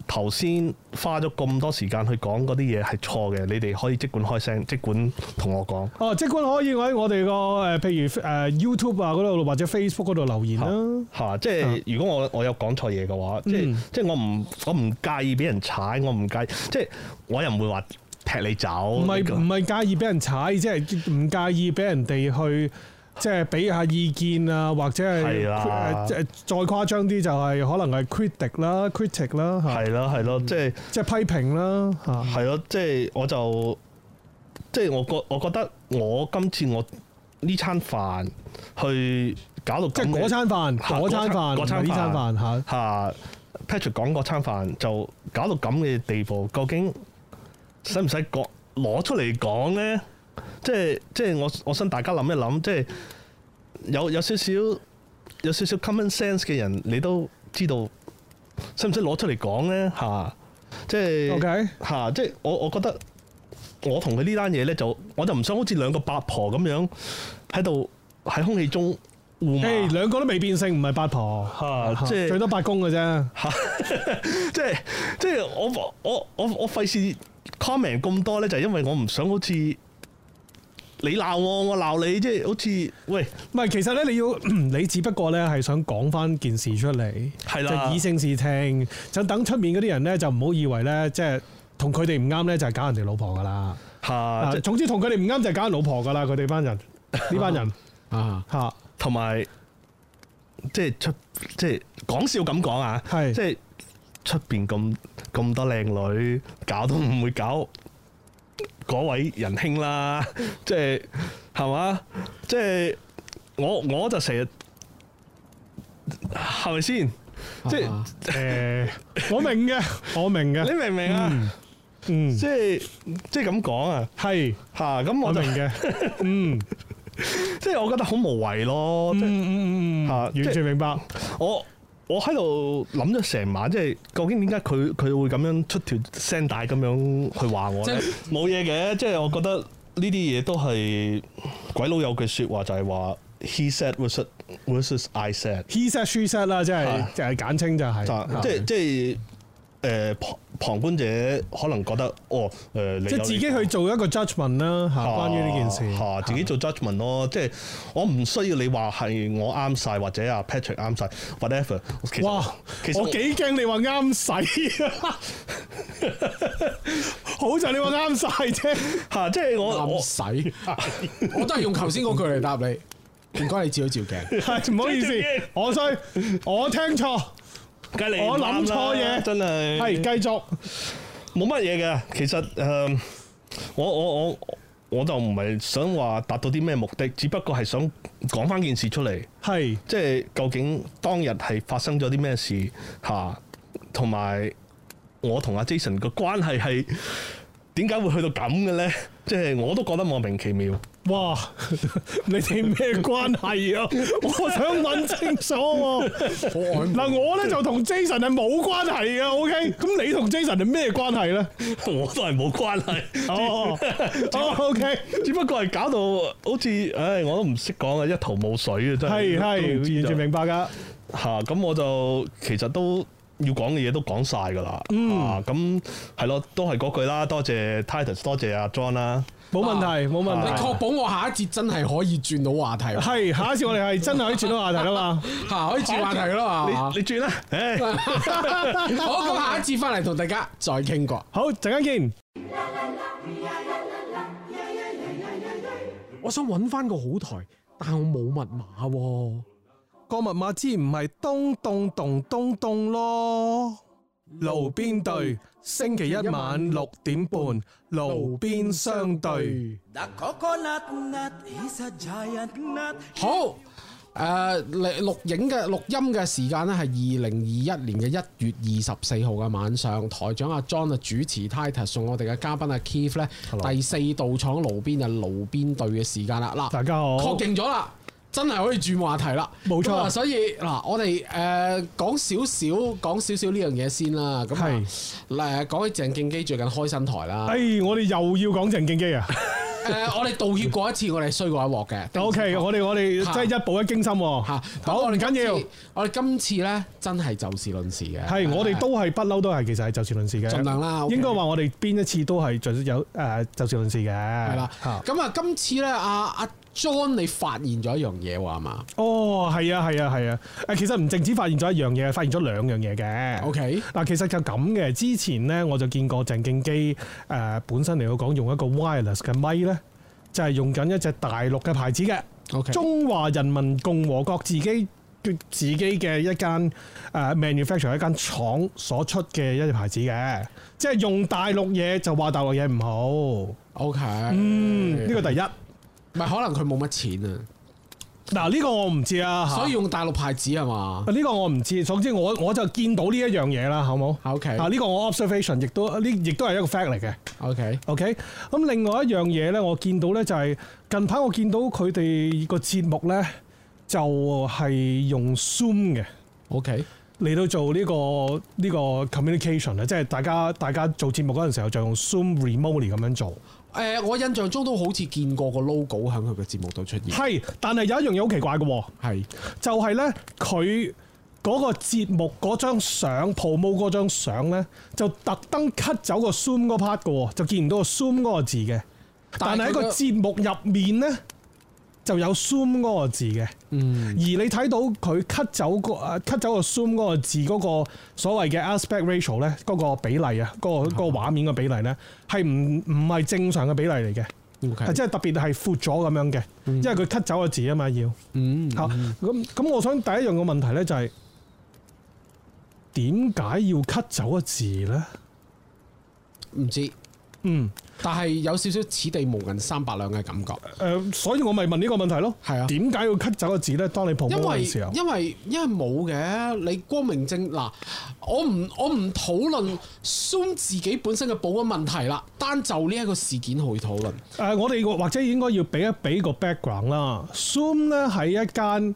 S6: 頭先花咗咁多時間去講嗰啲嘢係錯嘅，你哋可以即管開聲，即管同我講。
S5: 哦，即管可以喺我哋個誒，譬如誒、呃 YouTube 啊嗰度，或者 Facebook 嗰度留言啦。
S6: 嚇！即係如果我我有講錯嘢嘅話，即係、
S5: 啊嗯
S6: 即係我唔我唔介意俾人踩，我唔介意，即係我又唔會話踢你走。
S5: 唔係唔係介意俾人踩，即係唔介意俾人哋去即係俾下意見啊，或者係呃
S6: 係啦
S5: 誒即係再誇張啲就係可能係 critic 啦、critic 啦嚇，
S6: 係咯係
S5: 嗯
S6: 咯，即係
S5: 即係批評啦嚇。
S6: 係咯，即係我就即係我覺我覺得我今次我呢餐飯去搞到
S5: 即
S6: 咁
S5: 係
S6: 嘅
S5: 嗰餐飯，
S6: 嚇
S5: 嗰餐飯，
S6: 嗰
S5: 唔
S6: 餐
S5: 係呢餐飯嚇，
S6: 嚇、Patrick 講嗰餐飯就搞到咁嘅地步，究竟使唔使講攞出嚟講呢？即係即係我我想大家諗一諗，即係有有少少有少少 common sense 嘅人，你都知道使唔使攞出嚟講呢？嚇、即係
S5: OK
S6: 嚇、即係我我覺得我同佢呢單嘢呢，就我就唔想好似兩個八婆咁樣喺度喺空氣中互罵。
S5: 誒兩個都未變性，唔係八婆
S6: 嚇
S5: 嚇
S6: 即係
S5: 最多八公嘅啫。
S6: 即係即係我我我我費事 comment 咁多咧，就係因為我唔想好似你鬧我，我鬧你，即係好似喂
S5: 唔係，其實咧你要 你只不過咧係想講翻件事出嚟，
S6: 係啦
S5: 就以，正視聽，就等出面嗰啲人咧就唔好以為咧即係同佢哋唔啱咧就係搞人哋老婆噶啦。
S6: 嚇，
S5: 啊
S6: 即係
S5: 總之同佢哋唔啱就係搞人老婆噶啦，佢哋班 人呢班人
S4: 啊，
S5: 嚇
S6: 同埋即係出即係講笑咁講啊，即
S5: 係
S6: 係出邊咁咁多靚女，搞都唔會搞嗰位仁 兄啦，即係係嘛？即係我我就成日係咪先？即係
S4: 啊
S5: 誒，我明嘅，我明
S6: 你
S5: 嘅，
S6: 明唔明啊？
S5: 嗯
S6: 即係即係咁講啊
S5: 係
S6: 嚇，咁
S5: 我
S6: 我就
S5: 明嘅，嗯
S6: 即係我覺得好無謂咯。
S5: 嗯
S6: 即係
S5: 嗯嗯嗯，
S6: 嚇即係
S5: 完全明白。
S6: 我我喺度諗咗成晚，即係究竟點解佢佢會咁樣出條聲帶咁樣去話我咧
S4: 即？
S6: 冇嘢嘅，即係我覺得呢啲嘢都係鬼佬有句説話就係話 he said versus versus I said，
S5: He said she said 啦，即係就係簡稱就係，
S6: 啊
S5: 嚇
S6: 即係即係。誒、旁旁觀者可能覺得哦，誒、你
S5: 即係
S6: 有
S5: 自
S6: 你
S5: 己去做一個 judgment 啦嚇，
S6: 啊
S5: 關於呢件事
S6: 啊自己做 judgment 咯，即係我唔需要你話係我啱晒，或者阿 Patrick 啱晒 whatever。其實
S5: 哇！
S6: 其實
S5: 我幾驚你話啱 使啊！好就你話啱晒啫，
S6: 嚇、即係我我啊
S4: 啱啊使，我都係用頭先嗰句嚟答你。唔該，你照一照鏡。
S5: 係唔好意思
S6: 即係，
S5: 我衰，我聽錯，
S6: 梗係你
S5: 我諗
S6: 啱啦
S5: 錯嘢
S6: 真係
S5: 係繼續
S6: 冇乜嘢嘅，其實誒、嗯我我我我就唔係想話達到啲咩目的，只不過係想講翻件事出嚟，
S5: 係
S6: 即係究竟當日係發生咗啲咩事嚇，同、埋我同阿 Jason 個關係係點解會去到咁嘅呢？ 即係我都覺得莫名其妙。
S5: 哇！你哋咩關係 啊？我想問清楚喎、
S4: 好曖昧。
S5: 嗱，我咧就同 Jason 係冇關係嘅，OK？咁你同 Jason 係咩關係 咧？
S6: 我都係冇關係，
S5: 哦，哦，OK，
S6: 只不過係搞到好似，唉，我都唔識講啊，一頭霧水啊，真
S5: 係
S6: 係
S5: 係，完全明白噶。
S6: 嚇。咁、我就其實都要講嘅嘢都講晒㗎啦。
S5: 嗯
S6: 啊，咁係咯，都係嗰句啦，多謝 Titus，多謝阿 John 啦。
S5: 冇問題，冇問
S4: 你
S6: 啊
S5: 題。
S4: 確保我下一節真係可以轉到話題喎，
S5: 係下一次我哋係真係可以轉到話題 啦嘛。
S4: 嚇可以轉話題啦
S5: 啊
S4: 嘛
S6: 你你轉啦， 唉。
S4: 好，咁下一節翻嚟同大家再傾過。
S5: 好，陣間見。
S2: 我想揾翻個好台，但我冇密碼喎、
S1: 個密碼之唔係東洞洞東洞咯。路邊對，星期一晚六點半，路邊相對。
S3: The coconut nut is a giant nut.
S4: 好，誒嚟錄影嘅錄音嘅時間咧係二零二一年嘅一月二十四號嘅晚上，台長阿 John 啊主持 Titus 送我哋嘅嘉賓阿 Keith 咧第四道廠路邊嘅路邊對嘅時間啦，嗱，
S5: 大家好
S4: 確認咗啦。真係可以轉話題啦，
S5: 冇錯
S4: 咁啊所以嗱，我哋誒、呃講少少講少少呢樣嘢先啦。咁啊誒講起鄭敬基最近開新台啦。
S5: 哎，我哋又要講鄭敬基啊。
S4: 誒、我哋道歉過一次，我哋衰過一鑊嘅。
S5: O K，我哋我哋
S4: 嚇
S5: 真係一步一驚心喎。
S4: 嚇，
S5: 好
S4: 我
S5: 唔
S4: 哋今
S5: 緊要，
S4: 次，我哋今次咧真係就事論事嘅。
S5: 係我哋都係不嬲都係其實係就事論事嘅。
S4: 盡量啦，OK
S5: 應該話我哋邊一次都係就有誒就事論事嘅。
S4: 係
S5: 係
S4: 啦。咁啊，今次咧，阿阿 John 你發現咗一樣嘢喎，係嘛
S5: 哦，係啊，係啊，係啊！誒，其實唔淨止發現咗一樣嘢，發現咗兩樣嘢嘅。
S4: ？OK，
S5: 嗱，其實就咁嘅。之前咧，我就見過鄭敬基誒、呃本身嚟講用一個 wireless 嘅咪咧，就係、用緊一隻大陸嘅牌子嘅
S4: OK
S5: 中華人民共和國自己嘅自己嘅一間誒、呃 manufacturer 一間廠所出嘅一隻牌子嘅，即係用大陸嘢就話大陸嘢唔好。
S4: OK，
S5: 嗯，呢個第一。
S4: 唔係可能佢冇乜錢啊，
S5: 嗱，呢個我唔知啊嚇
S4: 所以用大陸牌子係嘛
S5: 啊呢個我唔知，總之我我就見到呢一樣嘢啦，好冇？
S4: ？OK
S5: 啊，呢個我 observation 亦都呢，亦都係一個 fact 嚟嘅。
S4: OK，
S5: OK，咁另外一樣嘢咧，我見到咧就係、近排我見到佢哋個節目咧，就係、用 Zoom 嘅
S4: OK，
S5: 嚟到做呢、個呢、個 communication 啊啦，即係大家大家做節目嗰陣時候就用 Zoom remotely 咁樣做。
S4: 誒，我印象中都好似見過個 logo 喺佢嘅節目度出現，
S5: 係，但係有一樣嘢好奇怪嘅喎，
S4: 係
S5: 就係咧佢。嗰個節目嗰張相 promo 嗰張相咧，就特登 cut 走個 Zoom 嗰 part 嘅喎，就見唔到個 Zoom 嗰個字嘅。但係喺
S4: 佢
S5: 個
S4: 嘅
S5: 節目入面呢，就有 Zoom 嗰個字嘅。而
S4: 嗯
S5: 你睇到佢 cut 走個啊 cut 走個 Zoom 嗰個字嗰個所謂嘅 aspect ratio 呢，嗰個比例啊，嗰、個嗰個畫面嘅比例呢，係唔唔係正常嘅比例嚟嘅，
S4: OK，
S5: 即係嗯特別係闊咗咁樣嘅，因為佢 cut 走個字啊嘛要。
S4: 嗯
S5: 嚇咁咁，我想第一樣嘅問題呢，就係點解要 cut 走個字呢？
S4: 唔知，
S5: 嗯，
S4: 但係有少少此地無銀三百兩嘅感覺。
S5: 誒、所以我咪問呢個問題咯。
S4: 係啊
S5: 點解要 cut 走個字呢？當你 promo
S4: 因
S5: 嗰
S4: 為
S5: 陣時候。
S4: 因為因為冇嘅，你光明正嗱，我唔我唔討論 Zoom 自己本身嘅保安問題啦，單就呢一個事件去討論。
S5: 誒、我哋或者應該要俾一俾個 background 啦。Zoom 咧係一間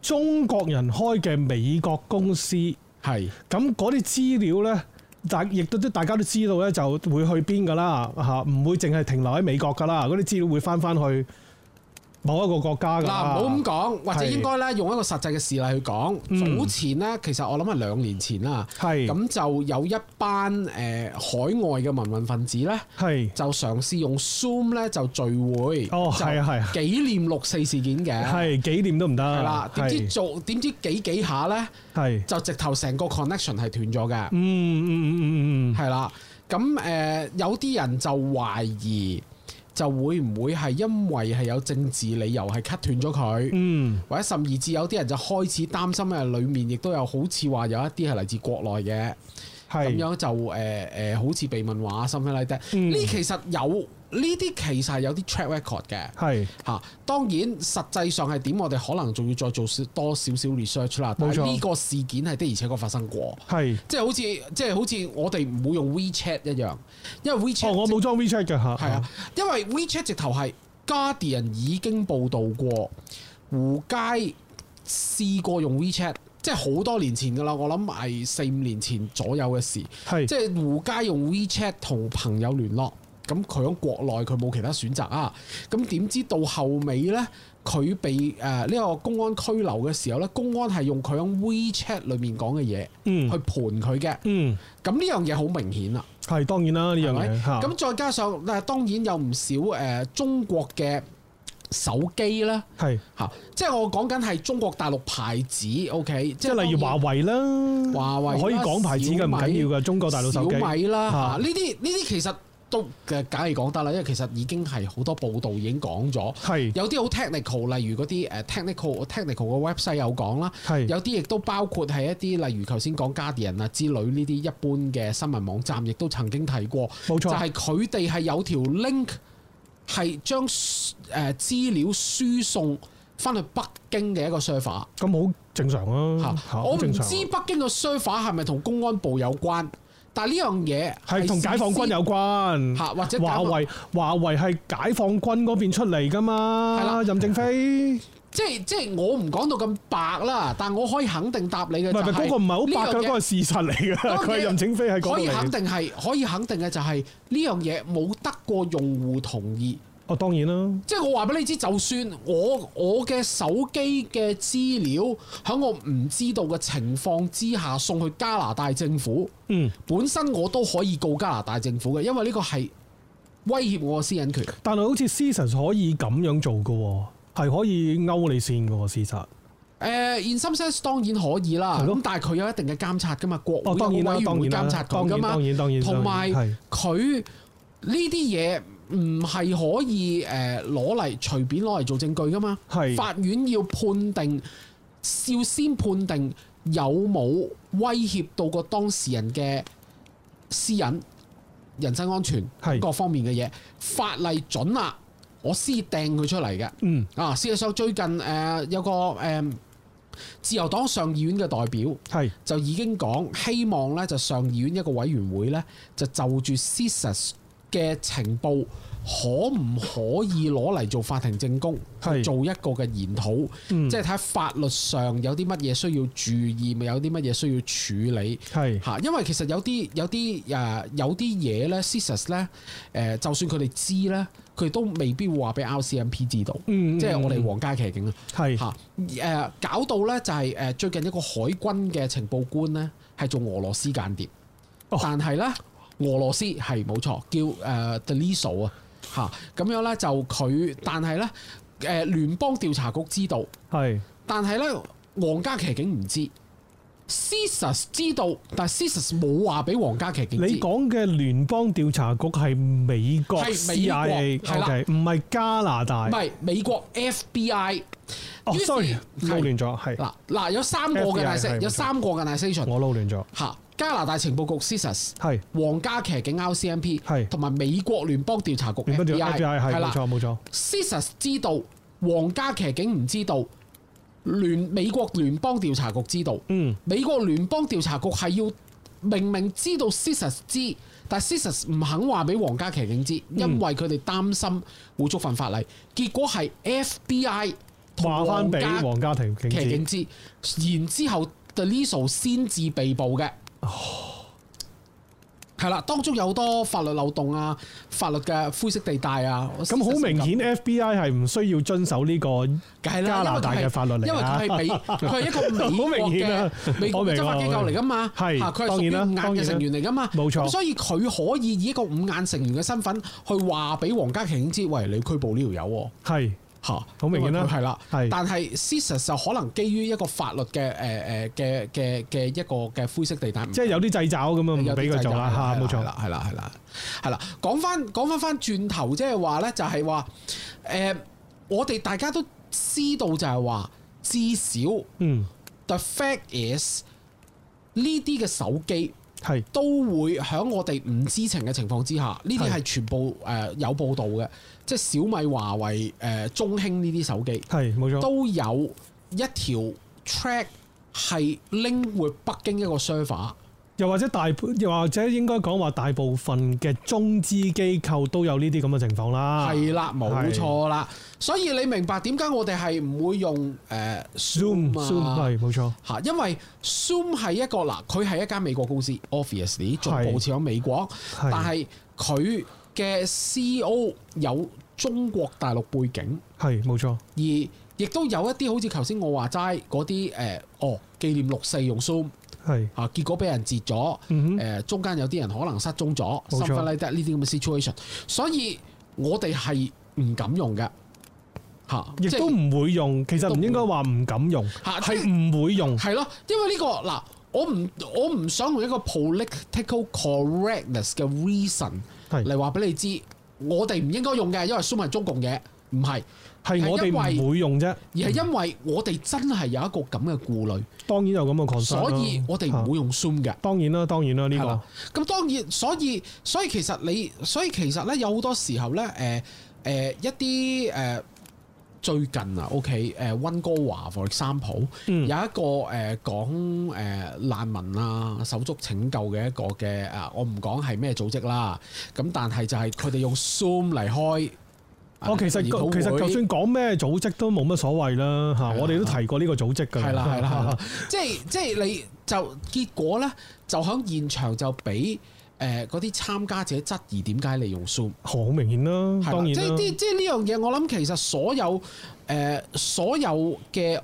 S5: 中國人開嘅美國公司，咁
S4: 係
S5: 嗰啲資料咧，大亦都大家都知道咧，就會去邊噶啦嚇，唔會淨係停留喺美國噶啦，嗰啲資料會翻翻去某一個國家噶
S4: 嗱，唔
S5: 啦。
S4: 好咁講，或者
S5: 係
S4: 應該咧用一個實際嘅事例去講。早前呢，其實我諗係兩年前啦，
S5: 嗯係
S4: 咁就有一班誒、呃海外嘅民運分子呢，
S5: 係
S4: 就嘗試用 Zoom 咧就聚會，
S5: 哦
S4: 就
S5: 係啊係啊
S4: 紀念六四事件嘅，
S5: 係紀念都唔得。
S4: 係啦。點知
S5: 係
S4: 做點知幾幾下呢？
S5: 係
S4: 就直頭成個 connection 係斷咗嘅，
S5: 嗯嗯嗯嗯嗯
S4: 係啦。咁誒、呃有啲人就懷疑，就會唔會係因為係有政治理由係 cut 斷咗佢？
S5: 嗯，
S4: 或者甚至有啲人就開始擔心誒，裡面亦都有好似話有一啲係嚟自國內嘅，咁
S5: 係
S4: 樣就誒誒、呃呃好似被問話 something like that。
S5: 嗯
S4: 呢、其實有呢啲其實係有啲 track record 嘅。
S5: 係
S4: 嚇、當然實際上係點，我哋可能仲要再做少多少少 research 啦。但
S5: 冇錯
S4: 係呢個事件係的而且確發生過，
S5: 係。
S4: 即係好似即係好似我哋唔會用 WeChat 一樣，因為 WeChat
S5: 哦，我冇裝 WeChat 嘅嚇。
S4: 係啊，因為 WeChat 直頭係 Guardian 已經報導過，胡佳試過用 WeChat，即係好多年前㗎啦，我諗係四五年前左右嘅事。
S5: 係，
S4: 即係胡佳用 WeChat 同朋友聯絡，咁佢喺國內佢冇其他選擇啊。咁點知到後尾呢，佢被誒呢個公安拘留嘅時候呢，公安係用佢喺 WeChat 裏面講嘅嘢去
S5: 嗯
S4: 盤佢嘅。
S5: 嗯，
S4: 咁呢樣嘢好明顯啦。
S5: 係當然啦呢樣
S4: 係咪
S5: 嘢嚇。
S4: 咁再加上嗱，當然有唔少誒、呃中國嘅手機啦，
S5: 係
S4: 嚇、即係我講緊係中國大陸牌子，OK，
S5: 即係例如華
S4: 當
S5: 為啦，
S4: 華為啦
S5: 可以講牌子嘅唔緊要嘅，中國大陸
S4: 然小
S5: 手機
S4: 米啦，
S5: 嚇
S4: 嚇呢啲呢啲其實都嘅梗係講得啦，因為其實已經係好多報道已經講咗，
S5: 係
S4: 有啲好 technical，例如嗰啲誒 technical technical 嘅 website 有講啦，
S5: 係
S4: 有啲亦都包括係一啲例如頭先講 Guardian 啊之類呢啲一般嘅新聞網站，亦都曾經提過。
S5: 冇
S4: 就
S5: 錯，
S4: 係佢哋係有條 link 係將誒資料輸送翻去北京嘅一個 server
S5: 咁好正常
S4: 嚇
S5: 啊，嚇
S4: 我
S5: 好
S4: 唔
S5: 正
S4: 知
S5: 常啊。
S4: 北京嘅 server 係咪同公安部有關，但係呢樣嘢
S5: 係同解放軍有關，
S4: 嚇，或者解
S5: 華
S4: 放
S5: 為華為係解放軍嗰邊出嚟噶
S4: 係
S5: 嘛
S4: 啦？
S5: 任正非唔
S4: 即係即係我唔講到咁白啦，但我可以肯定答你
S5: 係
S4: 嘅
S5: 唔係
S4: 就係
S5: 嗰個唔係好白嘅，
S4: 呢樣嘢
S5: 嗰個係事實嚟
S4: 嗰
S5: 嘅，
S4: 樣嘢
S5: 佢係任正非喺嗰
S4: 可
S5: 度
S4: 以肯
S5: 嚟。
S4: 定係可以肯定嘅就係呢樣嘢冇得過用戶同意。
S5: 哦，當然啦，
S4: 即係我話俾你知，就算我我嘅手機嘅資料喺我唔知道嘅情況之下送去加拿大政府，
S5: 嗯，
S4: 本身我都可以告加拿大政府嘅，因為呢個係威脅我嘅私隱權。
S5: 但係好似 Seasons 可以咁樣做嘅，係可以勾你線嘅喎，事實。
S4: 誒、現 in some sense 當然可以啦，
S5: 係咯
S4: 咁但係佢有一定嘅監察噶嘛，國
S5: 哦，
S4: 會有
S5: 當
S4: 個委
S5: 然啦，
S4: 員
S5: 當
S4: 會
S5: 然啦
S4: 監察，佢
S5: 當
S4: 噶
S5: 然
S4: 嘛
S5: 當，然當然，
S4: 同埋
S5: 當然係
S4: 佢呢啲嘢唔係可以誒攞嚟隨便攞嚟做證據噶嘛。
S5: 係
S4: 法院要判定，要先判定有冇威脅到個當事人嘅私隱、人身安全
S5: 係
S4: 各方面嘅嘢。法例準啦，我先掟佢出嚟嘅。
S5: 嗯
S4: 啊，事實上最近誒、呃有個誒、呃自由黨上議院嘅代表
S5: 係
S4: 就已經講，希望咧就上議院一個委員會咧就就住 CSIS 嘅情報可唔可以攞嚟做法庭證供，
S5: 係
S4: 做一個嘅研討，
S5: 嗯
S4: 即係睇下法律上有啲乜嘢需要注意，咪有啲乜嘢需要處理。
S5: 係
S4: 嚇，因為其實有啲有啲誒、呃有啲嘢咧 CSIS 咧誒、呃就算佢哋知咧，佢哋都未必會話俾 RCMP 知道，
S5: 嗯
S4: 即係我哋
S5: 嗯
S4: 皇家騎警啊。
S5: 係
S4: 嚇誒、搞到咧就係、誒最近一個海軍嘅情報官咧係做俄羅斯間諜，
S5: 哦
S4: 但係咧俄羅斯係冇錯，叫誒 d e l i s o 啊嚇，咁樣咧就佢，但係咧誒聯邦調查局知道，
S5: 係
S4: 但係咧皇家騎警唔知。CSIS 知道，但係 CSIS 冇話俾皇家騎警
S5: 你
S4: 知。
S5: 講嘅聯邦調查局係美國
S4: 係美國
S5: CIA，
S4: 係啦
S5: OK，唔係加拿大
S4: 唔。係美國 FBI
S5: 哦
S4: 於是
S5: ，sorry，
S4: 係
S5: 撈亂咗，係
S4: 嗱嗱有三個
S5: FBI 係冇錯
S4: 嘅 organization，有三個 organization
S5: 我撈亂咗，
S4: 嚇加拿大情報局 CSIS。
S5: 係
S4: 皇家騎警 RCMP
S5: 係
S4: 同埋美國聯邦調查局
S5: 聯邦調
S4: FBI
S5: FBI 係
S4: 係
S5: 冇
S4: 啦
S5: 錯冇錯，
S4: ，CSIS 知道，皇家騎警唔知道，聯美國聯邦調查局知道，
S5: 嗯
S4: 美國聯邦調查局係要明明知道 CSIS 知，但 CSIS 唔肯話俾皇家騎警知，
S5: 嗯
S4: 因為佢哋擔心會觸犯法例，結果係 FBI 同
S5: 話翻俾
S4: 皇家
S5: 黃家庭警
S4: 騎警
S5: 知，
S4: 知，然之後 d e l i s o 先至被捕嘅。係啦，當中有好多法律漏洞啊，法律嘅灰色地帶啊。
S5: 咁好明顯 FBI 係唔需要遵守呢個
S4: 梗係啦，
S5: 加拿大嘅法律
S4: 因為
S5: 嚟
S4: 佢
S5: 啊
S4: 係，美， 佢係一個美國
S5: 好明顯啊
S4: 嘅美國嘅執法機構嚟噶嘛，
S5: 我明啊
S4: 嚇佢係
S5: 當
S4: 屬
S5: 然啦
S4: 於五眼
S5: 當然
S4: 嘅
S5: 啦
S4: 成員嚟噶嘛，
S5: 冇錯
S4: 咁所以佢可以以一個五眼成員嘅身份去話俾皇家騎警知，喂，你拘捕呢條友喎
S5: 係
S4: 嚇，
S5: 好明顯啦
S4: 係啦。
S5: 係
S4: 但係 Caesar 就可能基於一個法律嘅誒誒嘅嘅嘅一個嘅灰色地帶，
S5: 即係有啲掣肘咁啊，唔俾佢做啦嚇，冇
S4: 係
S5: 錯。
S4: 啦，係啦，係啦，係啦。講翻講翻翻轉頭，即係話咧，就係話誒，我哋大家都知道就係話，至少
S5: 嗯，
S4: the fact is 呢啲嘅手機。
S5: 係
S4: 都會喺我哋唔知情嘅情況之下，呢啲係全部誒、呃有報道嘅，即係小米、華為、誒、中興呢啲手機
S5: 係冇錯。
S4: 都有一條 track 係拎回北京一個
S5: 啊
S4: server。
S5: 又或者大，又或者應該講話大部分嘅中資機構都有呢啲咁嘅情況啦。
S4: 係啊啦，冇
S5: 係
S4: 錯啦，所以你明白點解我哋係唔會用誒、呃
S5: Zoom Zoom
S4: 啊？
S5: 係冇錯，
S4: 嚇，因為 Zoom 係一個嗱，佢係一間美國公司，obviously 進
S5: 係
S4: 步設喺美國，
S5: 係
S4: 但係佢嘅 CEO 有中國大陸背景，
S5: 係冇錯，
S4: 而亦都有一啲好似頭先我話齋嗰啲誒，哦紀念六四用 Zoom
S5: 係
S4: 嚇、啊結果俾人截咗，誒、
S5: 嗯哼
S4: 中間有啲人可能失蹤咗
S5: 冇錯
S4: s o m e 呢啲咁嘅 situation，所以我哋係唔敢用嘅嚇，
S5: 亦
S4: 即係
S5: 都唔會用。其實
S4: 都唔
S5: 唔
S4: 會
S5: 應該話唔敢用，
S4: 嚇
S5: 係唔會用。
S4: 係咯，因為呢、個嗱，我唔我唔想用一個 political correctness 嘅 reason
S5: 係
S4: 嚟話俾你知，我哋唔應該用嘅，因為 Zoom 係中共嘅，唔係，
S5: 係我哋
S4: 係因
S5: 唔
S4: 為
S5: 會用啫。
S4: 而係因為我哋真係有一個咁嘅顧
S5: 當然有咁嘅
S4: 慮，
S5: concern 啦
S4: 所以我哋唔會用 Zoom 嘅。
S5: 當然啦，當然啦，呢、
S4: 係啦
S5: 個
S4: 咁當然，所以所以其實你，所以其實咧有好多時候咧，誒、呃、一啲誒、呃最近啊，OK，誒、温哥華 for example、有
S5: 嗯
S4: 一個誒、呃、講誒、呃、難民啊手足拯救嘅一個嘅啊，我唔講係咩組織啦，咁但係就係佢哋用 Zoom 嚟開。啊
S5: 我哦其實
S4: 研討
S5: 其實
S4: 會
S5: 就算講咩組織都冇乜所謂啦嚇，我哋都提過呢個組織㗎。
S4: 係 啦係啦係啦，即係即係你就結果咧，就喺現場就俾誒嗰啲參加者質疑點解你用 Zoom。
S5: 好明顯啦，
S4: 係
S5: 當
S4: 啦，
S5: 然
S4: 即係
S5: 啦，
S4: 啲即係呢樣嘢，我諗其實所有誒、呃所有嘅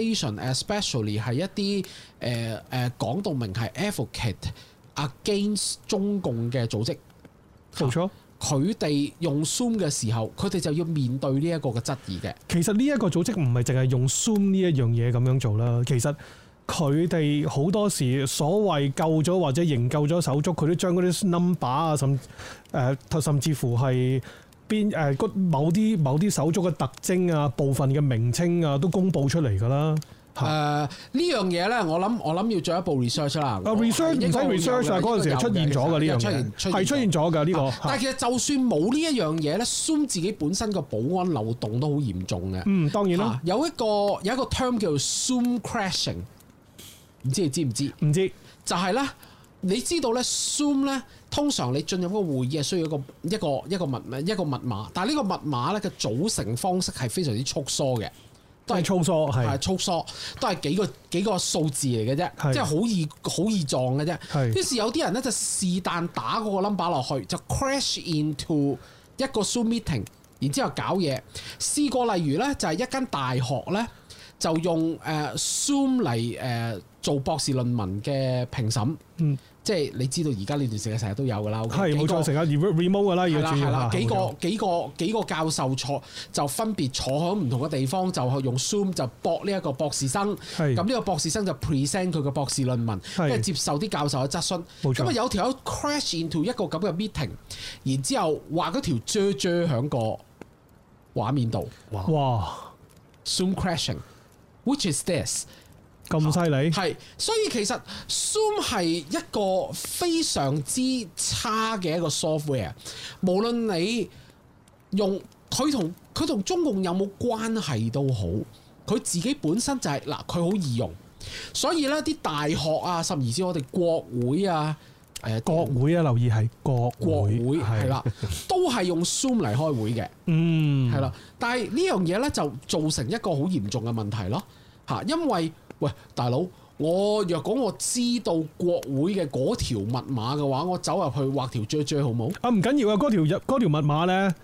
S4: organisation，especially 係一啲誒誒講到明係 advocate against 中共嘅組織，
S5: 冇錯。
S4: 佢哋用 Zoom 嘅時候，佢哋就要面對呢一個嘅質疑嘅。
S5: 其實呢一個組織唔係淨係用 Zoom 呢一樣嘢咁樣做啦，其實佢哋好多時所謂救咗或者營救咗手足，佢都將嗰啲 number 啊，甚誒、呃甚至乎係邊誒嗰某啲某啲手足嘅特徵啊、部分嘅名稱啊，都公佈出嚟㗎啦。
S4: 誒呢樣嘢咧，我諗我諗要做一步 research 啦。
S5: 啊，research 唔
S4: 哦應
S5: 使
S4: 該會有
S5: research 啊，
S4: 嘅
S5: 嗰陣時係
S4: 應該有
S5: 出現咗㗎
S4: 嘅
S5: 呢樣
S4: 出現
S5: 嘢，係出
S4: 咗啊
S5: 現咗㗎呢個。
S4: 但係其實就算冇呢一樣嘢咧，Zoom 自己本身個保安漏洞都好嚴重嘅。
S5: 嗯，當然
S4: 嚇
S5: 啦，
S4: 有一個有一個 term 叫做 Zoom crashing，唔知你知唔知？
S5: 唔知
S4: 就係、呢，咧，你知道咧 Zoom 咧，通常你進入一個會議係需要一個一個一個密一個密碼，但係呢個密碼咧嘅組成方式係非常之粗疏嘅，
S5: 都
S4: 都
S5: 係
S4: 係
S5: 粗疏
S4: 係
S5: 係
S4: 粗疏，都係幾個幾個數字嚟嘅啫，
S5: 係
S4: 即係好易好易撞嘅啫。
S5: 係
S4: 於是有啲人咧就是但打嗰個 number 落去，就 crash into 一個 Zoom meeting，然之後搞嘢。試過例如咧，就係、一間大學咧，就用誒、呃 Zoom 嚟誒、呃做博士論文嘅評審。
S5: 嗯，
S4: 即係你知道而家呢段時間成日都有噶啦，OK？
S5: 係冇
S4: 幾個
S5: 錯，成日 remote 㗎啦，
S4: 係
S5: 要
S4: 啦
S5: 注意
S4: 係
S5: 嚇
S4: 啦，幾
S5: 冇
S4: 個
S5: 錯
S4: 幾個幾個教授坐就分別坐喺唔同嘅地方，就用 Zoom 就搏呢一個博士生。
S5: 係
S4: 咁呢個博士生就 present 佢嘅博士論文，
S5: 係
S4: 跟住接受啲教授嘅質詢。
S5: 冇錯
S4: 咁啊有條友 crash into 一個咁嘅 meeting，然之後畫嗰條啫啫喺個畫面度
S5: 哇
S4: ，Zoom crashing，which is this？啊
S5: 咁犀利，
S4: 係，所以其實 Zoom 係一個非常之差嘅一個 software，無論你用佢同佢同中共有冇關係都好，佢自己本身就係、嗱，佢好易用，所以呢啲大學啊，甚至我哋國會啊，誒、
S5: 國會啊，留意係國
S4: 國
S5: 會
S4: 會係啦，都係用 Zoom 嚟開會嘅。
S5: 嗯，
S4: 係啦，但係呢樣嘢咧就造成一個好嚴重嘅問題咯嚇，因為喂大佬，我若果我知道國會嘅嗰條密碼嘅話，我走入去畫條啫啫好冇？
S5: 啊唔緊要啊，嗰條入嗰條密碼咧，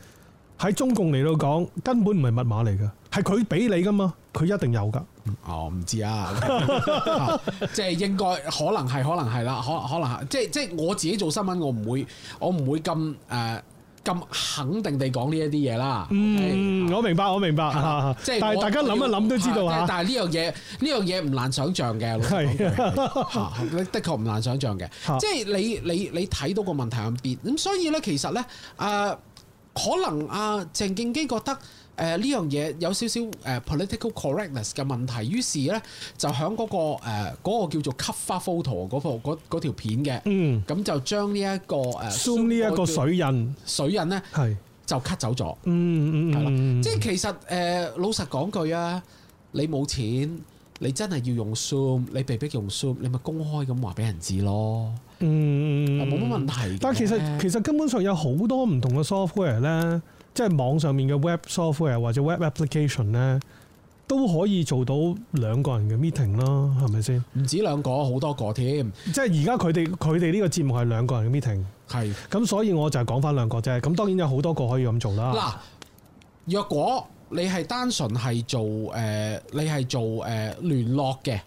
S5: 喺中共嚟到講根本唔係密碼嚟嘅，係佢俾你噶嘛，佢一定有噶。
S4: 哦，唔知 啊，啊即係應該可能係，可能係啦，可可能係，即係即係我自己做新聞，我唔會，我唔會咁誒咁肯定地講呢一啲嘢啦。
S5: 嗯，
S4: OK？
S5: 我明白，我明白嚇
S4: 即係
S5: 但係
S4: 我
S5: 大家諗一諗都知道啊
S4: 我要啊
S5: 嚇。
S4: 但係呢樣嘢呢樣嘢唔難想像嘅，老實講
S5: 係
S4: 嚇的確唔難想像嘅
S5: 嚇。
S4: 即係你你你睇到個問題喺邊，咁所以咧其實咧誒、呃可能阿、啊、鄭敬基覺得。呃誒呢樣嘢有少少誒 political correctness 嘅問題，於是咧就喺嗰、個呃誒嗰、個叫做 cover photo 嗰部嗰嗰條片嘅，
S5: 嗯
S4: 咁就將呢一個誒
S5: ，zoom 呢一個水印
S4: 水印咧
S5: 係，
S4: 就 cut 走咗。
S5: 嗯嗯
S4: 係啦
S5: 嗯，
S4: 即係其實誒、呃老實講句啊，你冇錢，你真係要用 Zoom，你被逼用 Zoom，你咪公開咁話俾人知咯，
S5: 嗯
S4: 啊冇乜問題嘅。
S5: 但其實
S4: 嗯
S5: 其實根本上有好多唔同嘅 software 咧，即係網上面嘅 web software 或者 web application 咧，都可以做到兩個人嘅 meeting 咯，係咪先？
S4: 唔止兩個，好多個添，
S5: 即係而家佢哋佢哋呢個節目係兩個人嘅 meeting，
S4: 係
S5: 咁所以我就係講翻兩個啫。咁當然有好多個可以咁做啦。
S4: 嗱。若果你係單純係做誒、呃你係做誒、呃、聯絡嘅。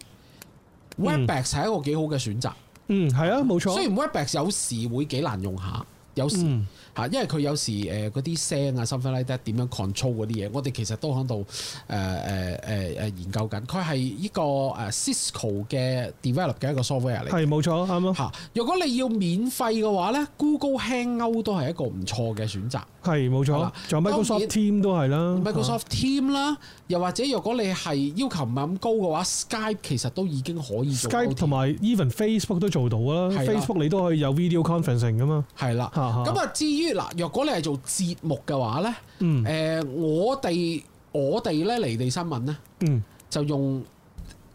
S4: Webex 係一個幾好嘅選擇，
S5: 嗯，係啊，冇
S4: 雖
S5: 錯。
S4: 然 Webex 有時會幾難用下，有時
S5: 嗯，
S4: 嚇，因為佢有時誒嗰啲聲啊、something like that 點樣 control 嗰啲嘢，我哋其實都喺度誒誒誒誒研究緊。佢係呢個誒 Cisco 嘅 develop 嘅一個 software 嚟。
S5: 係冇錯，啱啊，
S4: 嚇，如果你要免費嘅話咧，Google Hangout 都係一個唔錯嘅選擇。
S5: 係冇
S4: 係
S5: 錯
S4: 啦。
S5: 仲有 Microsoft
S4: 當然
S5: Team 都係啦。
S4: Microsoft Team 啦，又或者如果你係要求唔係咁高嘅話，Skype 其實都已經可以做
S5: Skype 同埋 even Facebook 都做到啦。
S4: 係啦
S5: Facebook 你都可以有 video conferencing 噶嘛。
S4: 係啦。
S5: 嚇嚇
S4: 咁啊，至於嗱，若果你係做節目嘅話咧，誒、
S5: 嗯
S4: 呃我哋我哋咧離地新聞咧。
S5: 嗯
S4: 就用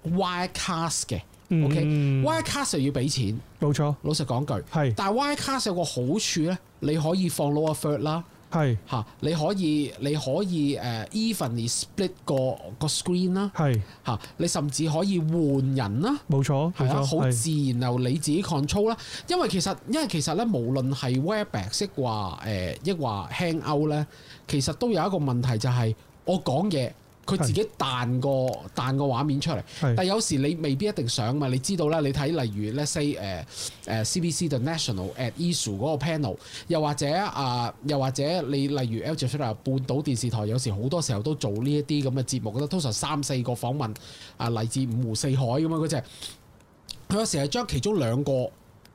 S4: Wirecast 嘅
S5: 嗯
S4: ，OK、
S5: 嗯
S4: Wirecast 就要俾錢，
S5: 冇錯，
S4: 老實講句。
S5: 係
S4: 但係 Wirecast 有個好處咧，你可以放 lower third 啦，
S5: 係
S4: 嚇，你可以你可以誒、呃 evenly split 個個 screen 啦，
S5: 係
S4: 嚇，你甚至可以換人啦。
S5: 冇錯，冇
S4: 係啊，
S5: 錯，
S4: 好
S5: 係
S4: 自然由你自己 control 啦。因為其實因為其實咧，無論係 Webex 亦話誒，亦話 Hangout 咧，其實都有一個問題就係、我講嘢，佢自己彈個彈個畫面出嚟。
S5: 係
S4: 但有時你未必一定想嘛，你知道啦。你睇例如 let's say 呃誒、誒 CBC The National at Issue 嗰個 panel，又或者啊、又或者你例如 L 出嚟半島電視台，有時好多時候都做呢一啲咁嘅節目，通常三四個訪問啊，嚟自五湖四海咁樣嗰只。佢有時係將其中兩個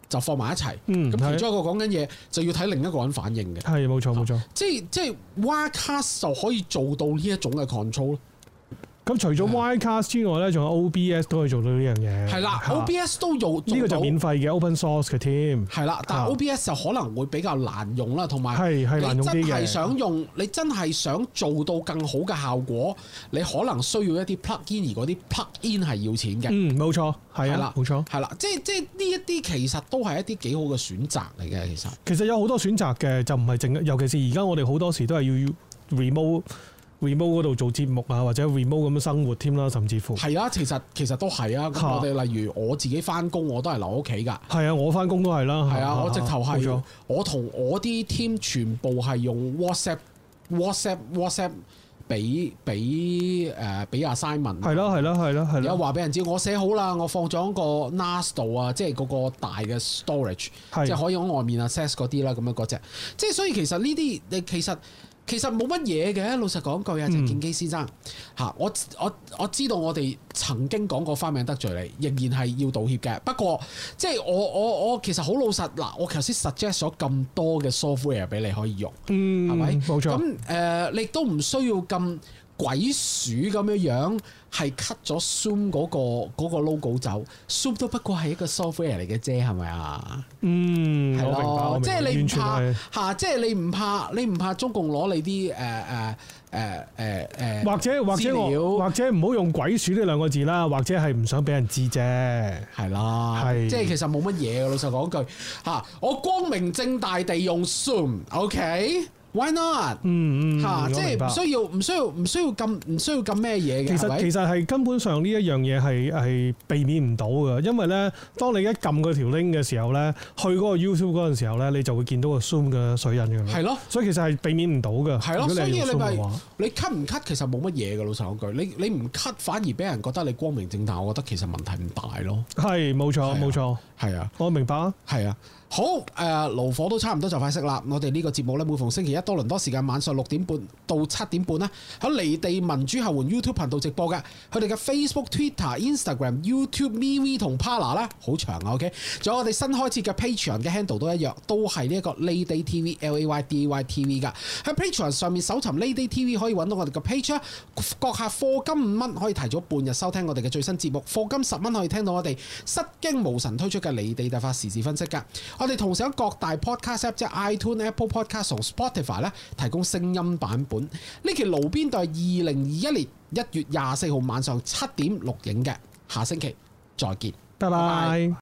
S4: 就放埋一齊，咁、
S5: 嗯係
S4: 其中一個講緊嘢就要睇另一個人反應嘅，
S5: 係冇錯冇錯。
S4: 即係即係 Wirecast 就可以做到呢一種嘅 control 咯。
S5: 咁除咗 Ycast 之外咧，仲有 OBS 都可以做到呢樣嘢。
S4: 啊係啦
S5: 嚇
S4: ，OBS 都有
S5: 呢個
S4: 做到
S5: 就免費嘅 open source 嘅添。
S4: 係啦，但係 OBS 就可能會比較難用啦，同埋
S5: 啊係係難
S4: 你
S5: 用
S4: 真
S5: 啲嘅
S4: 係想用，你真係想做到更好嘅效果，你可能需要一啲 plug in，而嗰啲 plug in 係要錢嘅。
S5: 嗯，冇錯，係
S4: 係
S5: 啊
S4: 啦，，
S5: 冇錯。
S4: 係啦，即係即係呢一啲其實都係一啲幾好嘅選擇嚟嘅，其實
S5: 其實有好多選擇嘅，就唔係淨，尤其是而家我哋好多時都係要 remote remote 嗰度做節目啊，或者 remote 咁樣生活添啦，甚至乎
S4: 係啊，其實其實都係啊。咁
S5: 嚇
S4: 我哋例如我自己翻工，我都係留喺屋企㗎。
S5: 係啊，我翻工都係啦。
S4: 係
S5: 嚇
S4: 啊，我直頭
S5: 冇錯
S4: 係我同我啲 team 全部係用 WhatsApp、WhatsApp、WhatsApp 俾俾誒俾 assignment。
S5: 係啦，係啦，係啦，係
S4: 有
S5: 啦，
S4: 話俾人知，我寫好啦，我放咗個 NAS 度啊，即係嗰個大嘅 storage，
S5: 係
S4: 即係可以喺外面啊 access 嗰啲啦，咁樣嗰只。即係所以其實呢啲你其實其實冇乜嘢嘅，老實講
S5: 嗯
S4: 句啊，鄭建基先生嚇、我我我知道我哋曾經講過花名得罪你，仍然係要道歉嘅。不過即係我我我其實好老實嗱，我頭先 suggest 咗咁多嘅 software 俾你可以用。
S5: 嗯，
S4: 係咪？
S5: 冇錯。
S4: 咁誒、呃你都唔需要咁鬼鼠咁樣樣，係 cut 咗 Zoom 嗰、個嗰個 logo 走。Zoom 都不過係一個 software 嚟嘅啫，係咪啊？
S5: 嗯，我
S4: 係
S5: 明白我
S4: 咯，
S5: 明
S4: 即
S5: 白，
S4: 係你唔
S5: 完全
S4: 怕
S5: 係。
S4: 嚇、即係你唔怕，你唔怕中共攞你啲誒呃誒誒 誒誒，
S5: 或者或者
S4: 呃資料
S5: 我或者唔好用鬼鼠呢兩個字啦，或者係唔想俾人知啫。
S4: 係啦，
S5: 係
S4: 即係其實冇乜嘢嘅。老實講句嚇、我光明正大地用 Zoom，OK？Why、not？
S5: 嗯嗯，
S4: 嚇、
S5: 我
S4: 即
S5: 明
S4: 係
S5: 白
S4: 唔需要唔需要唔需要咁唔需要咁咩嘢嘅。
S5: 其
S4: 係咪
S5: 實其實係根本上呢一樣嘢係係避免唔到嘅，因為咧，當你一撳嗰條 link 嘅時候咧，去嗰個 YouTube 嗰陣時候咧，你就會見到個 Zoom 嘅水印嘅。
S4: 係咯
S5: 所以其實係避免唔到嘅。
S4: 係
S5: 如
S4: 咯，
S5: 果
S4: 所
S5: 係
S4: 以
S5: 用
S4: 你
S5: Zoom
S4: 咪
S5: 嘅話
S4: 你 cut 唔 cut 其實冇乜嘢嘅，老實講句，你你唔 cut 反而俾人覺得你光明正大，我覺得其實問題唔大咯。
S5: 係冇錯
S4: 啊
S5: 冇錯，
S4: 係啊，
S5: 我明白啊。
S4: 係啊，好誒、呃，爐火都差唔多就快熄啦。我哋呢個節目呢，每逢星期一多倫多時間晚上六點半到七點半呢，喺離地民主後援 YouTube 頻道直播嘅。佢哋嘅 Facebook、Twitter、Instagram、YouTube、MeWe 同 Pala 啦，好長啊。OK，仲有我哋新開設嘅 Patreon 嘅 handle 都一樣，都係呢一個 Lady TV L A Y D A Y T V 噶。喺 Patreon 上面搜尋 Lady TV 可以揾到我哋嘅 page 啊。閣下課金五蚊可以提早半日收聽我哋嘅最新節目，課金十蚊可以聽到我哋失驚無神推出嘅離地大法時事分析㗎。我哋同時喺各大 podcast app 即係 iTune、Apple Podcast 同 Spotify 咧提供聲音版本。呢期爐邊對係二零二一年一月廿四號晚上七點錄影嘅，下星期再見。
S5: 拜拜。